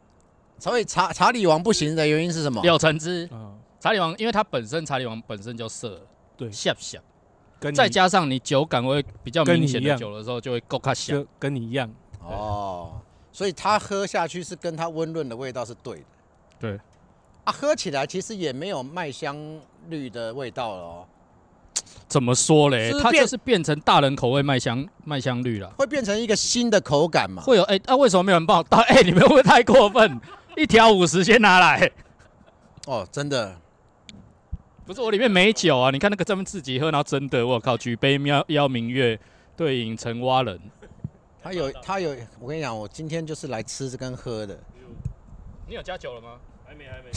Speaker 4: 所以查查理王不行的原因是什么？
Speaker 1: 柳橙汁。
Speaker 2: 嗯，
Speaker 1: 查理王，因为它本身查理王本身就涩，
Speaker 2: 对
Speaker 1: 下下，
Speaker 2: 跟你
Speaker 1: 再加上你酒感会比较
Speaker 2: 跟你
Speaker 1: 明显
Speaker 2: 一
Speaker 1: 的
Speaker 2: 样
Speaker 1: 酒的时候，就会够卡香。
Speaker 2: 就跟你一样，
Speaker 4: 哦，所以它喝下去是跟它温润的味道是对的。
Speaker 2: 对。
Speaker 4: 啊，喝起来其实也没有麦香绿的味道了哦，
Speaker 1: 怎么说嘞
Speaker 4: 是？
Speaker 1: 它
Speaker 4: 变
Speaker 1: 就是变成大人口味麦香麦香绿了。
Speaker 4: 会变成一个新的口感嘛？
Speaker 1: 会有哎，那、为什么没有人帮我倒？ 哎、你们会不会太过分？一条五十先拿来，
Speaker 4: 哦，真的，
Speaker 1: 不是我里面没酒啊！你看那个他们自己喝，然后真的，我靠，举杯邀邀明月，对影成蛙人。
Speaker 4: 它有它有，我跟你讲，我今天就是来吃跟喝的。
Speaker 1: 你有加酒了吗？
Speaker 3: 还没，还没。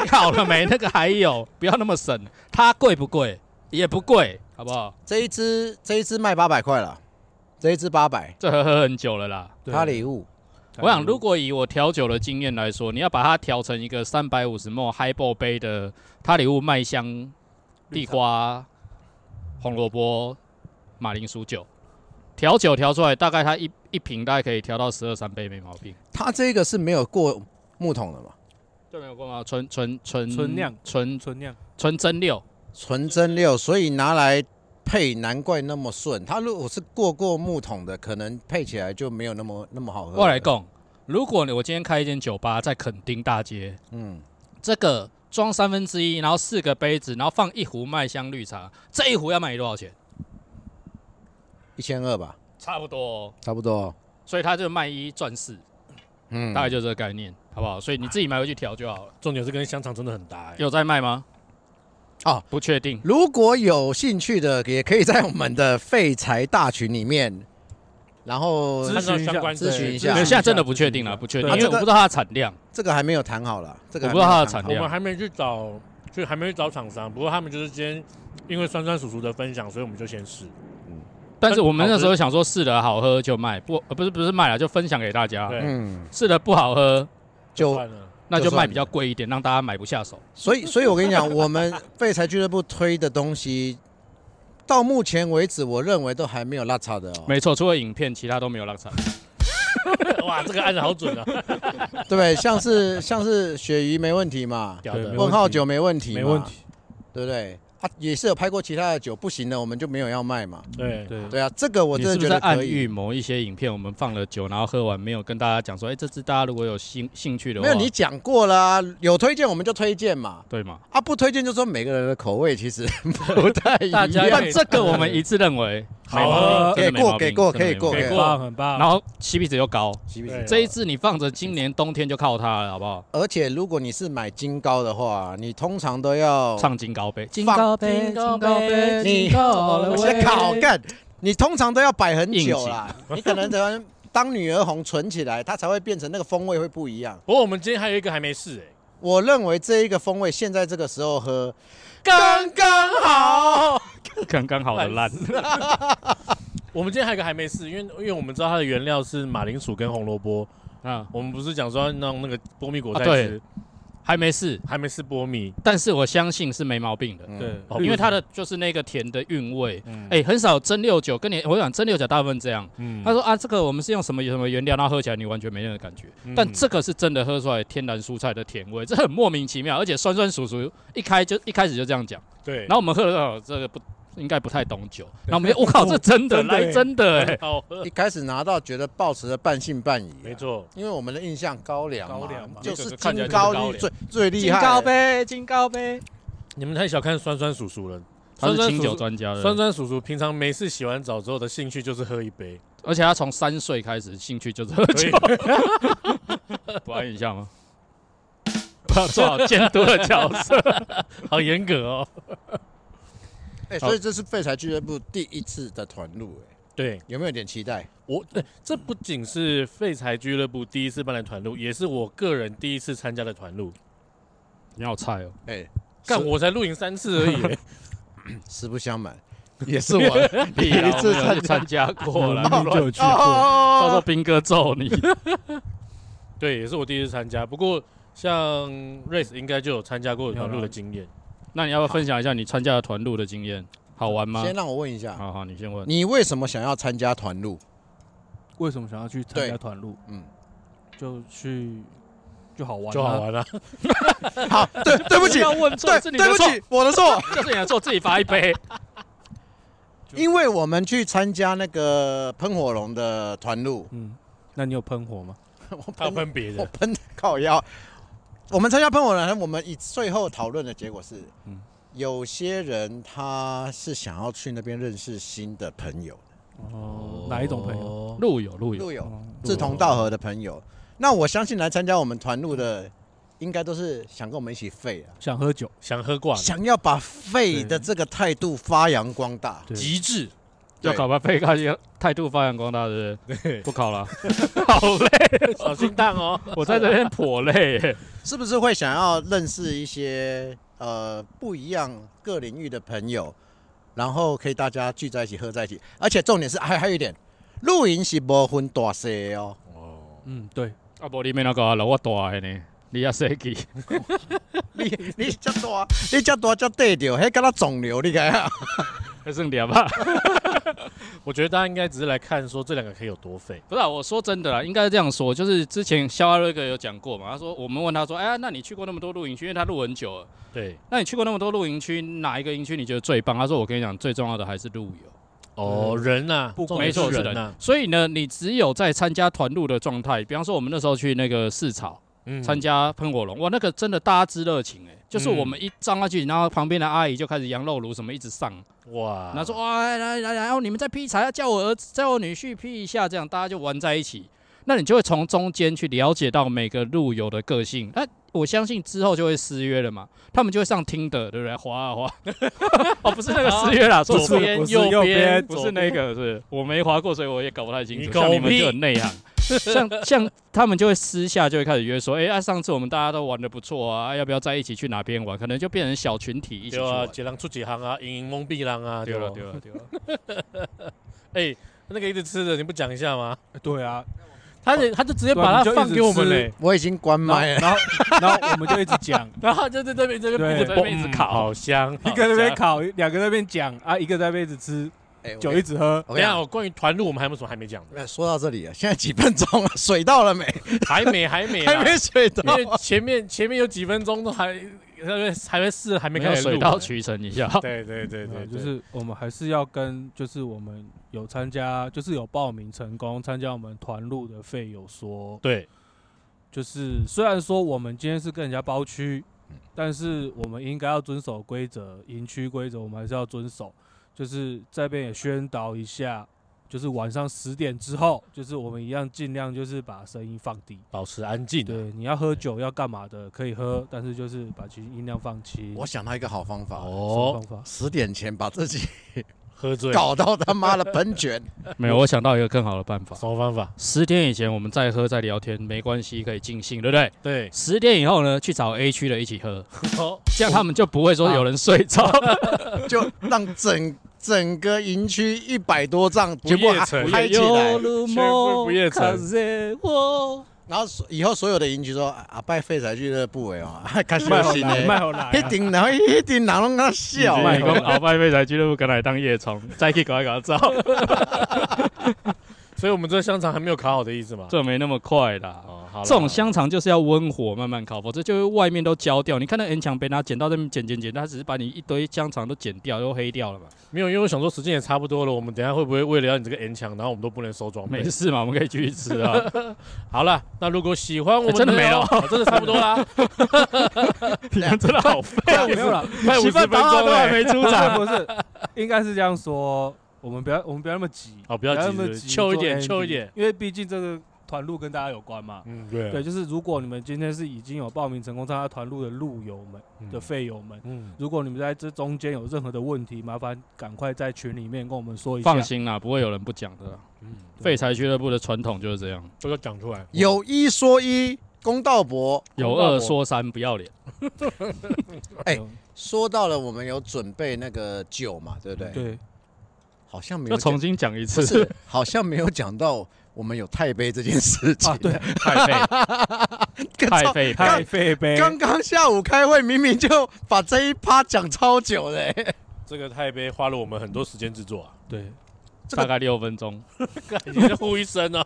Speaker 1: 你好了没？那个还有，不要那么省。它贵不贵？也不贵，好不好？
Speaker 4: 这一支这一支卖八百块了，这一支八百，
Speaker 1: 这喝喝很久了啦。
Speaker 2: 对
Speaker 4: 它礼物。
Speaker 1: 我想，如果以我调酒的经验来说，你要把它调成一个三百五十 ml highball 杯的它礼物麦香地瓜、红萝卜、马铃薯酒，调酒调出来，大概它一一瓶大概可以调到十二三杯，没毛病。
Speaker 4: 它这个是没有过木桶的嘛？
Speaker 1: 这没有过吗？纯纯纯
Speaker 2: 纯酿
Speaker 1: 纯
Speaker 2: 纯酿
Speaker 1: 纯蒸馏，
Speaker 4: 纯蒸馏，所以拿来配，难怪那么顺。它如果是过过木桶的，可能配起来就没有那么那么好喝了。
Speaker 1: 我来讲，如果你我今天开一间酒吧在垦丁大街，
Speaker 4: 嗯，
Speaker 1: 这个装三分之一，然后四个杯子，然后放一壶麦香绿茶，这一壶要卖你多少钱？
Speaker 4: 一千二吧，
Speaker 1: 差不多、哦，
Speaker 4: 差不多。
Speaker 1: 所以它就卖一赚四。
Speaker 4: 嗯，
Speaker 1: 大概就这个概念，好不好？所以你自己买回去调就好了。
Speaker 3: 重点是跟香肠真的很搭、欸。
Speaker 1: 有在卖吗？
Speaker 4: 哎哦，
Speaker 1: 不确定。
Speaker 4: 如果有兴趣的，也可以在我们的废柴大群里面，然后
Speaker 3: 看到相关
Speaker 4: 咨询一下
Speaker 1: 没有，
Speaker 4: 对
Speaker 1: 现在真的不确定了，不确定，
Speaker 2: 对
Speaker 1: 因为我
Speaker 4: 这个
Speaker 1: 不知道它的产量。
Speaker 4: 这个还没有谈好了，这个
Speaker 1: 我不知道它的
Speaker 4: 还没有
Speaker 1: 产
Speaker 4: 谈好
Speaker 3: 我
Speaker 1: 量
Speaker 3: 们还没去找，就还没去找厂商。不过他们就是今天因为酸酸叔叔的分享，所以我们就先试。
Speaker 1: 但是我们
Speaker 3: 好
Speaker 1: 那
Speaker 3: 吃
Speaker 1: 时候想说试了好喝就卖，不呃不是不是卖了就分享给大家。
Speaker 3: 对
Speaker 4: 嗯，
Speaker 1: 试了不好喝，
Speaker 4: 就
Speaker 3: 算了，
Speaker 1: 那就
Speaker 4: 就算
Speaker 1: 卖
Speaker 4: 了哦
Speaker 1: 比较贵一点，让大家买不下手。
Speaker 4: 所以，所以我跟你讲，我们废柴俱乐部推的东西，到目前为止，我认为都还没有落差的哦，
Speaker 1: 没错，除了影片，其他都没有浪潮。
Speaker 3: 哇，这个按的好准啊，
Speaker 4: 对不对？像是像是鳕鱼没问题嘛，
Speaker 3: 屌的
Speaker 2: 没问，题
Speaker 4: 问号酒没问题，
Speaker 2: 没问题，，
Speaker 4: 对不对？啊，也是有拍过其他的酒不行的，我们就没有要卖嘛。
Speaker 3: 对，
Speaker 2: 对，
Speaker 4: 对啊，这个我
Speaker 1: 嗯你
Speaker 4: 真
Speaker 1: 是不是
Speaker 4: 的觉
Speaker 1: 在
Speaker 4: 得
Speaker 1: 暗
Speaker 4: 可以。
Speaker 1: 喻某一些影片？我们放了酒，然后喝完没有跟大家讲说，哎、这支大家如果有兴兴趣的话，
Speaker 4: 没有，你讲过啦、有推荐我们就推荐嘛，
Speaker 1: 对吗？
Speaker 4: 啊，不推荐就说每个人的口味其实不太一
Speaker 3: 大
Speaker 4: 样。
Speaker 3: 家要
Speaker 1: 但这个我们一致认为
Speaker 3: 好喝
Speaker 1: 真的没毛病
Speaker 4: 给啊过
Speaker 1: 真的没毛病
Speaker 4: 给
Speaker 3: 给
Speaker 4: 啊
Speaker 2: 很
Speaker 3: 过，
Speaker 2: 棒，很棒。
Speaker 1: 然后 CP 值又高，
Speaker 4: 是不是
Speaker 3: 对
Speaker 1: 这一支你放着，今年冬天就靠它了，好不好？
Speaker 4: 而且如果你是买金高的话，你通常 都要
Speaker 1: 唱金高杯，金
Speaker 4: 哦高
Speaker 1: 杯，金高杯
Speaker 4: 你我先考干，你通常都要摆很久啦， 你可能等完当女儿红存起来，它才会变成那个风味会不一样。
Speaker 3: 不过我们今天还有一个还没试哎，
Speaker 4: 我认为这一个风味现在这个时候喝，
Speaker 3: 刚刚好。
Speaker 1: 刚刚好的 烂，
Speaker 3: 我们今天还有一个还没试，因为因为我们知道它的原料是马铃薯跟红萝卜，
Speaker 1: 啊，
Speaker 3: 我们不是讲说要弄那个波米果再
Speaker 1: 啊对
Speaker 3: 吃，
Speaker 1: 还没试，
Speaker 3: 还没试波米，
Speaker 1: 但是我相信是没毛病的，
Speaker 4: 嗯，
Speaker 3: 哦
Speaker 1: 因为它的就是那个甜的韵味。
Speaker 3: 嗯
Speaker 1: 哎、很少蒸六酒，跟你我讲蒸六酒大部分这样。
Speaker 3: 嗯
Speaker 1: 他说啊，这个我们是用什么什么原料，然后喝起来你完全没那个感觉。
Speaker 3: 嗯
Speaker 1: 但这个是真的喝出来天然蔬菜的甜味，这很莫名其妙，而且酸酸熟熟，一开就一开始就这样讲。
Speaker 3: 对，
Speaker 1: 然后我们喝了哦，这个不应该不太懂酒，然后我们就我 靠，这真的
Speaker 3: 真的欸
Speaker 1: 来真的哎
Speaker 3: 很， 好喝
Speaker 4: 哦一，开始拿到觉得抱持了半信半疑，啊
Speaker 3: 没。错，
Speaker 4: 因为我们的印象高粱嘛，
Speaker 2: 高粱嘛
Speaker 4: 就是
Speaker 1: 看起来
Speaker 4: 金
Speaker 1: 就是高
Speaker 4: 高粱
Speaker 1: 粱
Speaker 4: 最最厉
Speaker 1: 金
Speaker 4: 害的，
Speaker 1: 高杯，金高杯，
Speaker 3: 你们太小看酸酸叔叔了。
Speaker 1: 他
Speaker 3: 酸
Speaker 1: 是
Speaker 3: 酸
Speaker 1: 清
Speaker 3: 叔
Speaker 1: 酒
Speaker 3: 叔，
Speaker 1: 专家的，
Speaker 3: 酸酸叔叔平常每次洗完澡之后的兴趣就是喝一杯，
Speaker 1: 而且他从三岁开始兴趣就是喝
Speaker 3: 所
Speaker 1: 酒
Speaker 3: 以，
Speaker 1: 不按一下 吗？不要做好监督的角 色，
Speaker 3: 好严格哦。
Speaker 4: 哎、所以这是废柴俱乐部第一次的团路、哎，
Speaker 3: 对
Speaker 4: 有没有点期待？
Speaker 3: 我，对这不仅是废柴俱乐部第一次办的团路，也是我个人第一次参加的团路。
Speaker 1: 你好菜哦！
Speaker 4: 哎、
Speaker 3: 干，
Speaker 4: 实
Speaker 3: 我才露营三次而 已。
Speaker 4: 实不相瞒， 也是我 第一次参
Speaker 1: 参参加过了，
Speaker 2: 我们就有去
Speaker 4: 哦
Speaker 2: 过。
Speaker 1: 到时候
Speaker 4: 哦哦
Speaker 1: 兵哥揍你。
Speaker 3: 对，也是我第一次参加。不过像 Race 应该就有参加过团路的经验。
Speaker 1: 那你要不要分享一下你参加的团路的经验？好玩
Speaker 4: 哦
Speaker 1: 吗？
Speaker 4: 先让我问一下，
Speaker 1: 好好，你先问。
Speaker 4: 你为什么想要参加团路？
Speaker 2: 为什么想要去参
Speaker 4: 对
Speaker 2: 加团路？
Speaker 4: 嗯，
Speaker 2: 就去就好玩啊，
Speaker 3: 就好玩了、
Speaker 4: 好，对，对不起
Speaker 1: 不，要问错，
Speaker 4: 对，
Speaker 1: 啊是你
Speaker 4: 对
Speaker 1: 的
Speaker 4: 不
Speaker 1: 错，
Speaker 4: 起，我的错，
Speaker 1: 就是你的错，自己罚一杯。
Speaker 4: 因为我们去参加那个喷火龙的团路，
Speaker 2: 嗯，那你有喷火吗？
Speaker 4: 我
Speaker 3: 他要
Speaker 4: 喷，
Speaker 3: 喷别
Speaker 4: 我
Speaker 3: 人，
Speaker 4: 喷靠腰。我们参加喷火龙，我们以最后讨论的结果是，
Speaker 2: 嗯
Speaker 4: 有些人他是想要去那边认识新的朋友，
Speaker 2: 哦，哪一种朋友？
Speaker 3: 友？
Speaker 1: 路有路有，
Speaker 4: 路友。
Speaker 2: 哦
Speaker 4: 志同道合的朋友。那我相信来参加我们团路的，应该都是想跟我们一起废啊，
Speaker 2: 想喝酒，
Speaker 3: 想喝挂
Speaker 4: 想要把废的这个态度发扬光大。
Speaker 2: 对
Speaker 3: 极致。
Speaker 1: 要
Speaker 4: 对
Speaker 1: 考吧？被看态度发扬光大，对不对？不考了， 好累，
Speaker 3: 小心蛋哦！
Speaker 1: 我在这边颇累 耶。
Speaker 4: 是不是会想要认识一些呃不一样各领域的朋友，然后可以大家聚在一起喝在一起？而且重点是还还有一点，露营是不分大小的哦。
Speaker 2: 嗯，对，
Speaker 1: 啊，无你免那个了，我大的呢，你也设计。
Speaker 4: 你你这大，你这大这对着，还跟他肿瘤，你看啊。
Speaker 1: 还剩点吧？
Speaker 3: 我觉得大家应该只是来看说这两个可以有多废。
Speaker 1: 不是啊、我说真的啦，应该这样说，就是之前肖阿瑞哥有讲过嘛，他说我们问他说，哎呀，那你去过那么多露营区，因为他录很久了，
Speaker 3: 对，
Speaker 1: 那你去过那么多露营区，哪一个营区你觉得最棒？他说我跟你讲，最重要的还是路友。
Speaker 3: 哦，人呐、
Speaker 2: 不
Speaker 3: 重
Speaker 1: 没
Speaker 3: 点
Speaker 1: 错，是啊
Speaker 3: 人啊
Speaker 1: 的
Speaker 3: 呐。、
Speaker 1: 所以呢，你只有在参加团路的状态，比方说我们那时候去那个市草
Speaker 3: 嗯
Speaker 1: 参加喷火龙，哇，那个真的大家之热情哎、就是我们一张下去，然后旁边的阿姨就开始羊肉炉什么一直上，
Speaker 3: 哇，
Speaker 1: 然后说哇来来来，然后你们在劈柴，要叫我儿子叫我女婿劈一下，这样大家就玩在一起。那你就会从中间去了解到每个路友的个性，那我相信之后就会失约了嘛，他们就会上听的，对不对？滑啊滑， 哦，不是那个失约啦，说
Speaker 2: 不
Speaker 1: 错
Speaker 2: 是
Speaker 1: 了
Speaker 3: 啊左边
Speaker 2: 不是
Speaker 3: 右
Speaker 2: 右
Speaker 3: 边
Speaker 2: 边
Speaker 1: 不是
Speaker 3: 左
Speaker 1: 那个，是我没划过，所以我也搞不太清楚。
Speaker 3: 你
Speaker 1: 像你
Speaker 3: 狗
Speaker 1: 们
Speaker 3: 屁
Speaker 1: 就很内行，像像他们就会私下就会开始约说，哎、啊，上次我们大家都玩的不错啊，啊要不要在一起去哪边玩？可能就变成小群体一起去
Speaker 3: 对啊，
Speaker 1: 玩。
Speaker 3: 几狼出几行啊，赢蒙蔽狼啊，
Speaker 1: 丢
Speaker 3: 吧
Speaker 1: 了丢了丢了！
Speaker 3: 哎、那个一直吃的，你不讲一下吗？
Speaker 2: 对啊，
Speaker 3: 他就他就直接
Speaker 2: 对啊
Speaker 3: 把它
Speaker 2: 你就一
Speaker 3: 放
Speaker 2: 直
Speaker 3: 给我们
Speaker 2: 吃
Speaker 3: 嘞、
Speaker 4: 我已经关
Speaker 2: 然后
Speaker 4: 麦了。
Speaker 2: 然后然后我们就一直讲，
Speaker 3: 然后就在那边这
Speaker 2: 对
Speaker 3: 边一直在那边一直
Speaker 1: 嗯
Speaker 3: 烤，好香，
Speaker 2: 一个在那边烤，两个在那边讲啊，一个在那边一直吃，
Speaker 4: 哎我
Speaker 2: 酒
Speaker 4: 跟
Speaker 2: 一直喝，
Speaker 4: 我
Speaker 3: 等一
Speaker 4: 跟你
Speaker 3: 下，
Speaker 4: 讲
Speaker 3: 我关于团路我们还有没有什么还没讲的？
Speaker 4: 那说到这里了，现在几分钟了，水到了没？
Speaker 3: 还没，还没啦，
Speaker 4: 还没水到。
Speaker 3: 因为前面前面有几分钟都还还还没试，还没
Speaker 1: 没
Speaker 3: 开
Speaker 1: 有
Speaker 3: 始
Speaker 1: 水
Speaker 3: 录
Speaker 1: 到
Speaker 3: 呢。
Speaker 1: 渠成一下。
Speaker 3: 对对对对，
Speaker 2: 呃
Speaker 3: 对
Speaker 2: 就是我们还是要跟，就是我们有参加，就是有报名成功参加我们团路的费有说，
Speaker 3: 对
Speaker 2: 就是虽然说我们今天是跟人家包区，
Speaker 3: 嗯
Speaker 2: 但是我们应该要遵守规则，营区规则我们还是要遵守。就是这边也宣导一下，就是晚上十点之后，就是我们一样尽量就是把声音放低。
Speaker 3: 保持安静啊。
Speaker 2: 对，你要喝酒要干嘛的可以喝，但是就是把其音量放轻。
Speaker 4: 我想到一个好方法了，
Speaker 2: 什么
Speaker 3: 哦
Speaker 2: 方，法？
Speaker 4: 十点前把自己
Speaker 3: 喝醉
Speaker 4: 搞到他妈的喷泉。
Speaker 1: 没有，我想到一个更好的办法
Speaker 3: 什。么方法？
Speaker 1: 十点以前我们再喝再聊天没关系，可以尽兴，对不对？
Speaker 3: 对，
Speaker 1: 十点以后呢，去找 A 区的一起喝，
Speaker 3: 哦，
Speaker 1: 这样他们就不会说有人睡着。
Speaker 4: 就让整整个营区一百多丈
Speaker 3: 不夜
Speaker 4: 全部嗨
Speaker 3: 城
Speaker 4: 嗨起来，
Speaker 3: 不夜城
Speaker 4: 然后所以后所有的营区说啊啊，拜废柴俱乐部哎哦，啊开始
Speaker 2: 卖
Speaker 4: 有
Speaker 2: 好
Speaker 4: 新
Speaker 2: 来，
Speaker 4: 的，
Speaker 2: 卖好来
Speaker 4: 一
Speaker 2: 啊。
Speaker 4: 定然后一定人拢在笑哎
Speaker 1: 卖
Speaker 4: 的，
Speaker 1: 公鳌拜被才俱乐部跟来当夜虫，再去搞一搞照，
Speaker 3: 所以我们这香肠还没有烤好的意思吗？
Speaker 1: 这没那么快啦。
Speaker 3: 哦，好啦，
Speaker 1: 这种香肠就是要温火慢慢烤，否则就会外面都焦掉。你看那 N 墙被他剪到那边剪剪剪，他只是把你一堆香肠都剪掉，都黑掉了嘛。
Speaker 3: 没有，因为我想说时间也差不多了，我们等一下会不会为了要你这个 N 墙，然后我们都不能收装备
Speaker 1: 没？事嘛，我们可以继续吃啊。
Speaker 3: 好了，那如果喜欢我们
Speaker 1: 哎真的没了
Speaker 3: 哦，真的差不多啦，
Speaker 1: 你们 真的 好废，
Speaker 2: 没有了，
Speaker 3: 快五十分钟
Speaker 1: 都还
Speaker 3: 了。
Speaker 1: 没 出
Speaker 2: 不是
Speaker 3: 啊
Speaker 1: 场。
Speaker 2: 不是，应该是这样说，我们不要我们不要那么急，
Speaker 3: 哦不要急
Speaker 2: 那么
Speaker 3: 对
Speaker 2: 急，
Speaker 3: chill 一
Speaker 2: 做
Speaker 3: 点
Speaker 2: ending
Speaker 3: chill 一点，
Speaker 2: 因为毕竟这个团路跟大家有关嘛。
Speaker 3: 嗯，对
Speaker 2: 对，，啊就是如果你们今天是已经有报名成功参加团路的路友们
Speaker 3: 嗯
Speaker 2: 的费友们，
Speaker 3: 嗯，
Speaker 2: 如果你们在这中间有任何的问题，麻烦赶快在群里面跟我们说一下。
Speaker 1: 放心啦，不会有人不讲的啦。
Speaker 3: 嗯
Speaker 1: 废柴俱乐部的传统就是这样，
Speaker 3: 都要讲出来。
Speaker 4: 有一说一，公道博。
Speaker 1: 有二说三，不要脸。
Speaker 4: 哎
Speaker 2: 嗯
Speaker 4: 说到了，我们有准备那个酒嘛，对不对？，
Speaker 2: 对，
Speaker 4: 好像没
Speaker 1: 要
Speaker 4: 有
Speaker 1: 重
Speaker 4: 讲，
Speaker 1: 新讲一
Speaker 4: 不
Speaker 1: 次
Speaker 4: 是，好像没有讲到我们有太杯这件事情
Speaker 2: 啊。对，
Speaker 1: 太废，太废，
Speaker 2: 太
Speaker 1: 太
Speaker 2: 费呗，
Speaker 4: 刚刚下午开会，明明就把这一趴讲超久的、欸
Speaker 3: 这个太杯花了我们很多时间制作啊，
Speaker 2: 对，
Speaker 4: 这个
Speaker 1: 大概六分钟。
Speaker 3: 你在呼一声哦，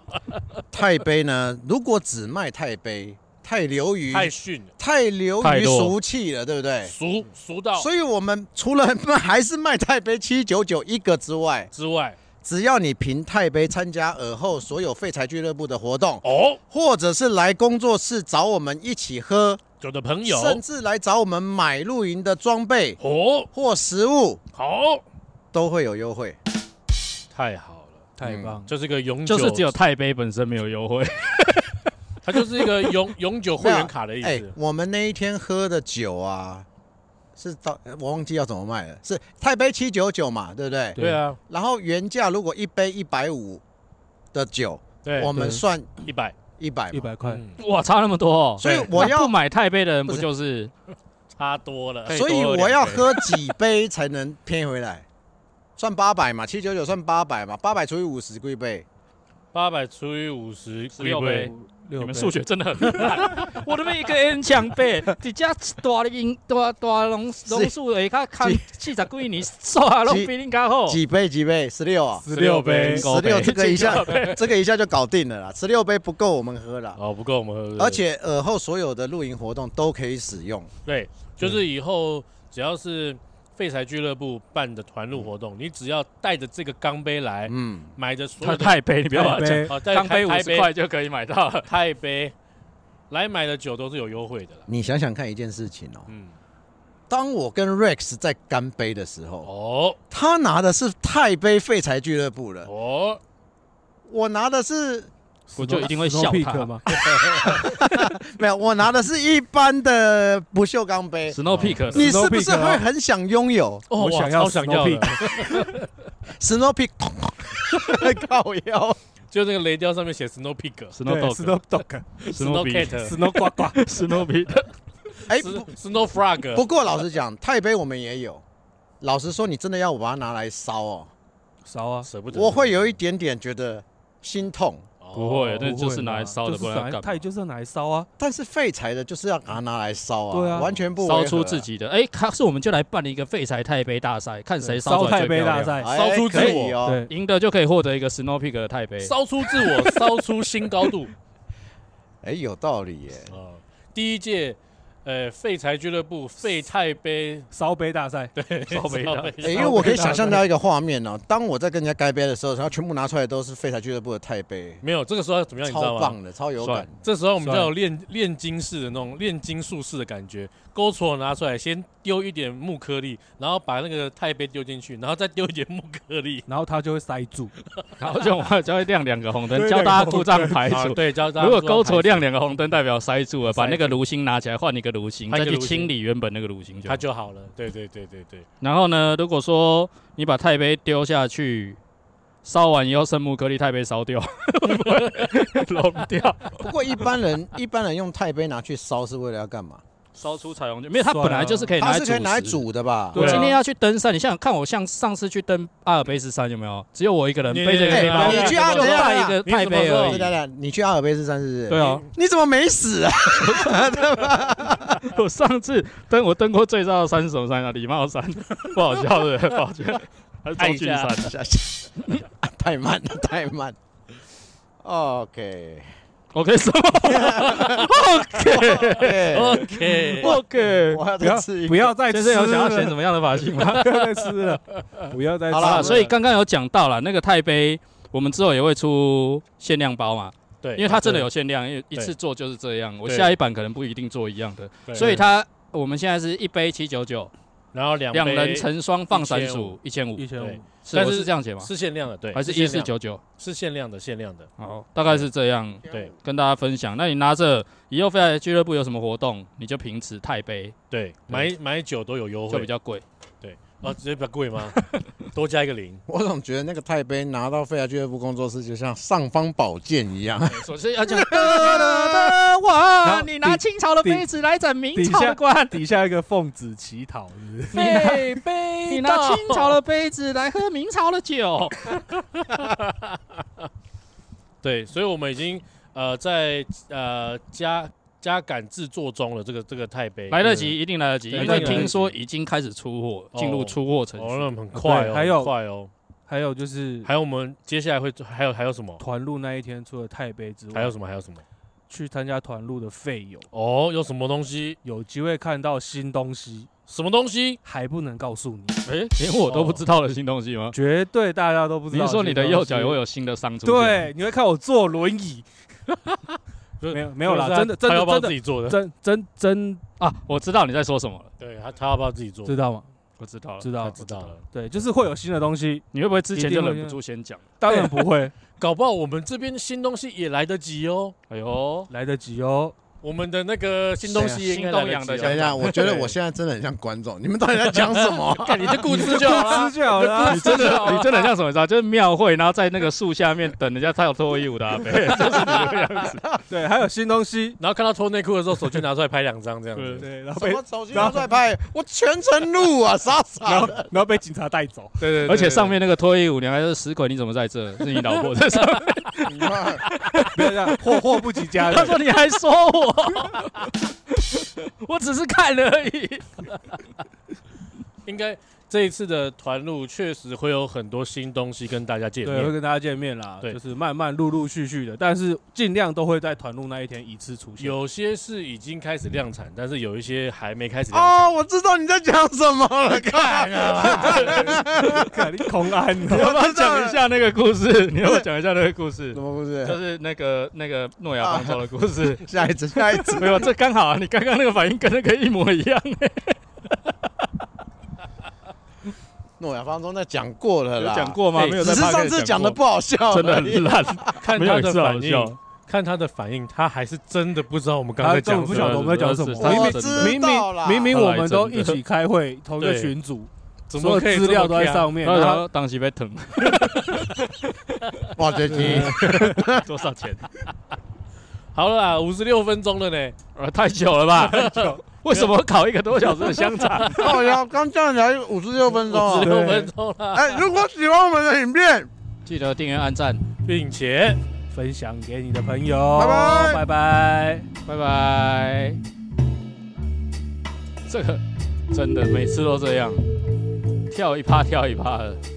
Speaker 4: 太杯呢，如果只卖太杯，太流于
Speaker 3: 太逊了，
Speaker 4: 太流
Speaker 1: 太
Speaker 4: 于
Speaker 1: 弱
Speaker 4: 俗气了，对不对？
Speaker 3: 熟熟到
Speaker 4: 所以我们除了卖还是卖太杯七九九一个之外，
Speaker 3: 之外，
Speaker 4: 只要你凭太杯参加尔后所有废柴俱乐部的活动，
Speaker 3: 哦，
Speaker 4: 或者是来工作室找我们一起喝，
Speaker 3: 有的朋友，
Speaker 4: 甚至来找我们买露营的装备
Speaker 3: 哦，
Speaker 4: 或食物，
Speaker 3: 好，
Speaker 4: 都会有优惠。
Speaker 3: 太好了，
Speaker 2: 太
Speaker 4: 嗯
Speaker 2: 棒了，
Speaker 3: 就是一个永久，
Speaker 1: 就是只有太杯本身没有优惠，
Speaker 3: 它就是一个永永久会员卡的意
Speaker 4: 哎、
Speaker 3: 思，
Speaker 4: 我们那一天喝的酒啊，是到我忘记要怎么卖了，是太杯七九九嘛，对不对？
Speaker 3: 对啊，
Speaker 4: 然后原价如果一杯一百五的酒，
Speaker 3: 对，
Speaker 4: 我们
Speaker 2: 对
Speaker 4: 算
Speaker 3: 一百，
Speaker 4: 一百
Speaker 2: 一百块，
Speaker 3: 嗯
Speaker 1: 哇，差那么多哦。
Speaker 4: 所以
Speaker 3: 对
Speaker 4: 我
Speaker 1: 那
Speaker 4: 要
Speaker 1: 不买太杯的人，
Speaker 4: 不
Speaker 1: 不
Speaker 4: 是
Speaker 1: 就是
Speaker 3: 差多了，
Speaker 1: 哎
Speaker 4: 所以
Speaker 1: 多了
Speaker 4: 我要
Speaker 1: 两杯
Speaker 4: 喝几杯才能骗回来？算八百嘛，七九九算八百嘛，八百除以五十归杯，
Speaker 3: 八百除以五十，
Speaker 1: 16杯你
Speaker 2: 六倍
Speaker 1: 们数学真的很烂？ 我那边一个 N 强背，底下大的 银大大龙龙树下卡看七十几年，刷拢比你较好。
Speaker 4: 几杯几杯？十六啊，
Speaker 2: 十六杯
Speaker 1: 哦杯，
Speaker 4: 十 六这个一下
Speaker 1: 16，
Speaker 4: 这个一下就搞定了啦，十六杯不够我们喝啦。
Speaker 3: 哦，不够我们喝，对不对
Speaker 4: 而且尔后所有的露营活动都可以使用，
Speaker 3: 对，就是以后只要是废柴俱乐部办的团路活动，你只要带着这个钢杯来，
Speaker 4: 嗯，
Speaker 3: 买着所
Speaker 1: 他
Speaker 3: 有的
Speaker 1: 太杯，你不要把它
Speaker 2: 太
Speaker 1: 讲。
Speaker 2: 杯
Speaker 3: 哦，带着
Speaker 1: 钢杯五
Speaker 3: 台
Speaker 1: 十块就可以买到了。
Speaker 3: 太杯来买的酒都是有优惠的啦。
Speaker 4: 你想想看一件事情哦，
Speaker 3: 嗯，
Speaker 4: 当我跟 Rex 在干杯的时候，
Speaker 3: 哦
Speaker 4: 他拿的是太杯废柴俱乐部了，
Speaker 3: 哦，
Speaker 4: 我拿的是
Speaker 1: 我就一定会
Speaker 2: Snow
Speaker 1: 笑
Speaker 2: Peak
Speaker 1: 他
Speaker 2: 嘛，
Speaker 4: 没有，我拿的是一般的不锈钢杯。
Speaker 1: Snow Peak，
Speaker 4: 你是
Speaker 2: Snow
Speaker 4: 不
Speaker 2: Peak
Speaker 4: 是会很想拥有
Speaker 3: 哦
Speaker 2: 我
Speaker 3: 哇
Speaker 2: 想要
Speaker 3: 超想要
Speaker 2: Snow
Speaker 3: 的
Speaker 4: Snow Peak？靠腰，
Speaker 3: 就那个雷雕上面写 Snow Pig、
Speaker 1: Snow
Speaker 2: 对
Speaker 1: Dog，
Speaker 2: ，Snow Dog，
Speaker 3: Snow Cat、
Speaker 2: Snow 呱呱，
Speaker 1: Snow Peak，
Speaker 4: 哎，不
Speaker 3: Snow Frog。
Speaker 4: 不过老实讲，太杯我们也有。老实说，你真的要我把它拿来烧哦，
Speaker 2: 烧啊，
Speaker 3: 舍不得。
Speaker 4: 我会有一点点觉得心痛，
Speaker 3: 哦
Speaker 1: 不会，那
Speaker 2: 不
Speaker 1: 就是
Speaker 2: 会
Speaker 1: 拿来
Speaker 2: 嘛
Speaker 1: 烧的，
Speaker 2: 就
Speaker 1: 不
Speaker 2: 是
Speaker 1: 然要
Speaker 2: 拿来
Speaker 1: 干
Speaker 2: 它也
Speaker 1: 嘛？
Speaker 2: 就是要拿来烧啊，
Speaker 4: 但是废柴的就是要拿拿来烧啊，
Speaker 2: 对啊
Speaker 4: 完全不
Speaker 1: 烧
Speaker 4: 违和
Speaker 1: 出
Speaker 4: 啊
Speaker 1: 自，己的，哎，他是我们就来办了一个废柴太杯大赛，看谁
Speaker 2: 对
Speaker 1: 烧
Speaker 2: 烧
Speaker 1: 出来
Speaker 2: 太
Speaker 1: 最
Speaker 2: 杯
Speaker 1: 漂
Speaker 2: 大
Speaker 1: 亮，
Speaker 2: 赛，
Speaker 4: 哎
Speaker 3: 烧出自
Speaker 4: 可以
Speaker 3: 我
Speaker 4: 哦。
Speaker 2: 对，
Speaker 1: 赢的就可以获得一个 Snow Peak 的太杯。
Speaker 3: 烧出自我， 烧出新高度。
Speaker 4: 哎，有道理耶，
Speaker 3: 啊，第一届，呃，废柴俱乐部废太杯
Speaker 2: 烧杯大赛，
Speaker 3: 烧
Speaker 1: 杯大
Speaker 4: 哎，因为我可以想象到一个画面哦，当我在跟人家盖杯的时候，然后全部拿出来都是废柴俱乐部的钛杯，
Speaker 3: 没有，这个时候要怎么样，你知道吗？
Speaker 4: 超棒的，超有
Speaker 3: 帅
Speaker 4: 感。，
Speaker 3: 这时候我们就
Speaker 2: 帅
Speaker 3: 有炼炼金式的那种炼金术式的感觉，钩戳拿出来，先丢一点木颗粒，然后把那个太杯丢进去，然后再丢一点木颗粒。
Speaker 2: 然后它就会塞 住，
Speaker 1: 然后就我就会亮两个红灯，
Speaker 2: 对
Speaker 1: 教
Speaker 2: 两个
Speaker 1: 大家
Speaker 2: 红
Speaker 1: 故障排
Speaker 3: 啊，
Speaker 1: 除。
Speaker 3: 对，教大家
Speaker 1: 如果
Speaker 3: 做
Speaker 1: 勾错
Speaker 3: 排
Speaker 1: 亮两个红灯，代表塞住了，把
Speaker 3: 塞
Speaker 1: 那个
Speaker 3: 住
Speaker 1: 炉芯拿起来换一个炉芯，
Speaker 3: 换一
Speaker 1: 再
Speaker 3: 个
Speaker 1: 去
Speaker 3: 炉芯
Speaker 1: 清理原本那个炉芯
Speaker 3: 除，
Speaker 1: 就
Speaker 3: 它
Speaker 1: 好。
Speaker 3: 就好了。对对对对对，
Speaker 1: 然后呢，如果说你把太杯丢下去，烧完以后圣木颗粒太杯烧掉，会不会融掉，
Speaker 4: 不过一般人 一般人用钛杯拿去烧是为了要干嘛？
Speaker 1: 烧出彩虹 就没有。它本来就是可以拿
Speaker 4: 它
Speaker 1: 来
Speaker 4: 是可以拿来
Speaker 1: 食。
Speaker 4: 煮的吧？
Speaker 1: 我
Speaker 2: 对啊
Speaker 1: 今天要去登山，你想想看，我像上次去登阿尔卑斯山有没有？只有我一个人
Speaker 3: 你
Speaker 1: 背着一个
Speaker 3: 哎
Speaker 1: 背包，
Speaker 3: 你
Speaker 1: 就
Speaker 3: 去阿尔卑
Speaker 1: 带
Speaker 3: 斯
Speaker 1: 一
Speaker 4: 山
Speaker 1: 个
Speaker 4: 啊
Speaker 1: 太杯而
Speaker 3: 你
Speaker 4: 对
Speaker 1: 已
Speaker 3: 怎。
Speaker 4: 对对，你去阿尔卑斯山是不是？
Speaker 1: 对啊，
Speaker 4: 你怎么没死啊？
Speaker 1: 我上次登我登过最高的山是什么山啊？礼貌山， 不好笑的，抱歉，还是中
Speaker 3: 按一
Speaker 1: 距山。
Speaker 3: 下
Speaker 4: 太慢了，太慢。OK，
Speaker 1: OK 什么？OK
Speaker 4: 对
Speaker 3: OK，
Speaker 1: OK，
Speaker 4: 嗯我要
Speaker 2: 不要
Speaker 4: 再吃一个
Speaker 2: 不要再
Speaker 1: 先
Speaker 2: 吃
Speaker 1: 生有想要
Speaker 2: 了，
Speaker 1: 选什么样的发型吗？
Speaker 2: 不要再吃 了，不要再吃
Speaker 4: 好
Speaker 1: 好
Speaker 4: 啦
Speaker 1: 啦，
Speaker 2: 了，
Speaker 1: 所以刚刚有讲到了那个太杯，我们之后也会出限量包嘛，
Speaker 3: 对，
Speaker 1: 因为它真的
Speaker 3: 有，
Speaker 1: 有限量，因为一
Speaker 3: 对
Speaker 1: 次做就是这样，我
Speaker 3: 对
Speaker 1: 下一版可能不一定做一样的，
Speaker 3: 对
Speaker 1: 所以它我们现在是一杯七九九，
Speaker 3: 然后两
Speaker 1: 两
Speaker 3: 杯
Speaker 1: 人成双放闪数一千五
Speaker 2: 一，千
Speaker 3: 对
Speaker 2: 五，
Speaker 1: 是
Speaker 3: 但
Speaker 1: 我
Speaker 3: 是
Speaker 1: 是这样写吗？
Speaker 3: 是限量的，对，
Speaker 1: 还是哦一
Speaker 3: 限
Speaker 1: 四
Speaker 3: 量，
Speaker 1: 九九？
Speaker 3: 是限量的，限量的。
Speaker 1: 好，大概是这样。
Speaker 3: 对
Speaker 1: 跟大家分享。那你拿着以后飞来俱乐部有什么活动，你就凭此太杯
Speaker 3: 对，买买酒都有优
Speaker 1: 就
Speaker 3: 惠，
Speaker 1: 比较贵。
Speaker 3: 啊，直接比较 贵吗？多加一个零，
Speaker 4: 我总觉得那个太杯拿到飞来俱乐部工作室，就像上方宝剑一样。
Speaker 1: 首先要讲，哒哒哒哇，
Speaker 2: 然后
Speaker 1: 你拿清朝的
Speaker 2: 底
Speaker 1: 杯子来斩明
Speaker 2: 底
Speaker 1: 朝的
Speaker 2: 下
Speaker 1: 官，
Speaker 2: 底下一个奉旨乞讨，是不 是
Speaker 1: 你拿
Speaker 3: 背背
Speaker 1: 你拿清朝的杯子来喝明朝的酒。
Speaker 3: 对，所以我们已经呃在呃加加赶制作中了，这个这个太 杯
Speaker 1: 来得及，一定来得及，
Speaker 3: 对
Speaker 1: 因
Speaker 2: 一定
Speaker 1: 为
Speaker 2: 来得及
Speaker 1: 听说已经开始出货，进入
Speaker 3: 哦
Speaker 1: 出货程
Speaker 3: 哦，
Speaker 1: 序。
Speaker 3: 那很快哦，
Speaker 2: 对还有
Speaker 3: 很快哦，
Speaker 2: 还有就是
Speaker 3: 还有我们接下来会还有还有什么？
Speaker 2: 团路那一天除了太杯之外，
Speaker 3: 还有什么？还有什么？
Speaker 2: 去参加团路的费友，
Speaker 3: 哦，有什么东西？
Speaker 2: 有机会看到新东西，
Speaker 3: 什么东西？哦
Speaker 2: 还不能告诉你，
Speaker 1: 哎，连我都不知道的新东西吗？
Speaker 2: 绝对大家都不知
Speaker 1: 你
Speaker 2: 道。
Speaker 1: 是说你的右脚也会
Speaker 2: 有？
Speaker 1: 有新的伤处？，
Speaker 2: 对，你会看我坐轮椅。
Speaker 3: 不是
Speaker 2: 没有没有
Speaker 3: 不
Speaker 2: 啦，
Speaker 3: 是他
Speaker 2: 真的真
Speaker 3: 他要
Speaker 2: 的
Speaker 3: 不要
Speaker 2: 真
Speaker 3: 自
Speaker 2: 的
Speaker 3: 己做的？
Speaker 2: 真真真
Speaker 1: 啊，我知道你在说什么了，
Speaker 3: 对他他要不要自己做？
Speaker 2: 知道吗？
Speaker 1: 我知道了
Speaker 2: 知。
Speaker 3: 他
Speaker 2: 道
Speaker 3: 知道了，
Speaker 2: 对，就是会有新的东西，
Speaker 1: 你会不会之前就
Speaker 2: 一定会
Speaker 1: 忍不住先讲？
Speaker 2: 当然不会
Speaker 3: 搞不好我们这边新东西也来得及哦。
Speaker 1: 哎呦，
Speaker 2: 来得及哦。
Speaker 3: 我们的那个新东西也应该来
Speaker 1: 新东阳的
Speaker 3: 得及
Speaker 1: 想
Speaker 3: 哦
Speaker 4: 等一
Speaker 1: 法
Speaker 4: 下，我觉得我现在真的很像观众，你们到底在讲什么？啊
Speaker 1: 看你这固执
Speaker 2: 就 吃就好 了啊
Speaker 1: 你，真的，你真的很像什么？你知道， 就是庙会，然后在那个树下面等人 家跳脱衣舞的阿伯，就是你这个样子。
Speaker 2: 对，还有新东西。
Speaker 3: 然后看到脱内裤的时候，手机拿出来拍两张这样
Speaker 1: 对
Speaker 3: 子。
Speaker 2: 对，然后
Speaker 4: 什
Speaker 2: 被
Speaker 4: 么手机拿出来拍？我全程录啊，傻
Speaker 2: 然
Speaker 4: 傻
Speaker 2: 后
Speaker 4: 的。
Speaker 2: 然后被警察带 走。
Speaker 3: 对对
Speaker 1: 而且上面那个脱衣舞娘还说：“石鬼，你怎么在这？是你老婆在上面。
Speaker 4: 你 看
Speaker 2: 不要这 样，祸祸不及”家
Speaker 1: 他
Speaker 2: 人。
Speaker 1: 说：“你还说我， 我只是看而 已。
Speaker 3: 应该这一次的团路确实会有很多新东西跟大家见
Speaker 2: 对，会
Speaker 3: 面。
Speaker 2: 跟大家见面啦，
Speaker 3: 对
Speaker 2: 就是慢慢陆陆续续的，但是尽量都会在团路那一天一次出现。
Speaker 3: 有些是已经开始量产，但是有一些还没开始量产。
Speaker 4: 哦，我知道你在讲什么了，看啊，
Speaker 2: 看你空安
Speaker 1: 你
Speaker 2: 哦，
Speaker 1: 要不要讲一下那个故事？你要不要讲一下那个故事
Speaker 4: 怎？么不？
Speaker 1: 就是是那个那个诺亚方舟的故事。
Speaker 4: 下一次，下一次。
Speaker 1: 没有，这刚好啊！你刚刚那个反应跟那个一模一样。
Speaker 4: 诺亚方舟那讲过了
Speaker 1: 有
Speaker 4: 啦，
Speaker 1: 讲，过吗？
Speaker 3: 哎
Speaker 1: 没有在
Speaker 4: 只是
Speaker 1: podcast 过，
Speaker 4: 上次讲的不好笑，
Speaker 1: 真的很烂。
Speaker 3: 看
Speaker 1: 没有
Speaker 3: 他
Speaker 1: 一
Speaker 3: 的
Speaker 1: 次好
Speaker 3: 反应
Speaker 1: 笑，
Speaker 3: 看他的反应，他还是真的不知道我们刚
Speaker 2: 他
Speaker 3: 才
Speaker 2: 根
Speaker 3: 讲
Speaker 2: 本不
Speaker 3: 什
Speaker 2: 晓
Speaker 3: 么
Speaker 2: 得我们在讲什么。
Speaker 1: 我
Speaker 2: 明
Speaker 4: 知
Speaker 2: 明
Speaker 4: 道
Speaker 2: 明
Speaker 4: 啦
Speaker 2: 明明明我们 都一起开会，同一个
Speaker 3: 对
Speaker 2: 群组，
Speaker 3: 怎
Speaker 2: 所
Speaker 3: 么
Speaker 2: 有
Speaker 3: 可以
Speaker 2: 资料都在
Speaker 3: 上。
Speaker 2: 上面。
Speaker 1: 然后
Speaker 2: 然
Speaker 1: 想
Speaker 2: 后
Speaker 1: 说当时被疼，
Speaker 4: 哇，这集
Speaker 1: 多少钱？
Speaker 3: 好了啦，五十六分钟了呢，
Speaker 1: 呃，太久了吧？为什么烤一个多小时的香肠？
Speaker 4: 哦呀，刚这样才 五十六分钟
Speaker 3: 五十
Speaker 4: 哦。
Speaker 3: 六分钟啦，
Speaker 4: 哎，如果喜欢我们的影片，
Speaker 1: 记得订阅、按赞，
Speaker 3: 并且
Speaker 2: 分享给你的朋友，
Speaker 4: 拜拜
Speaker 2: 拜拜。
Speaker 1: 拜拜。这个真的每次都这样，跳一趴跳一趴的。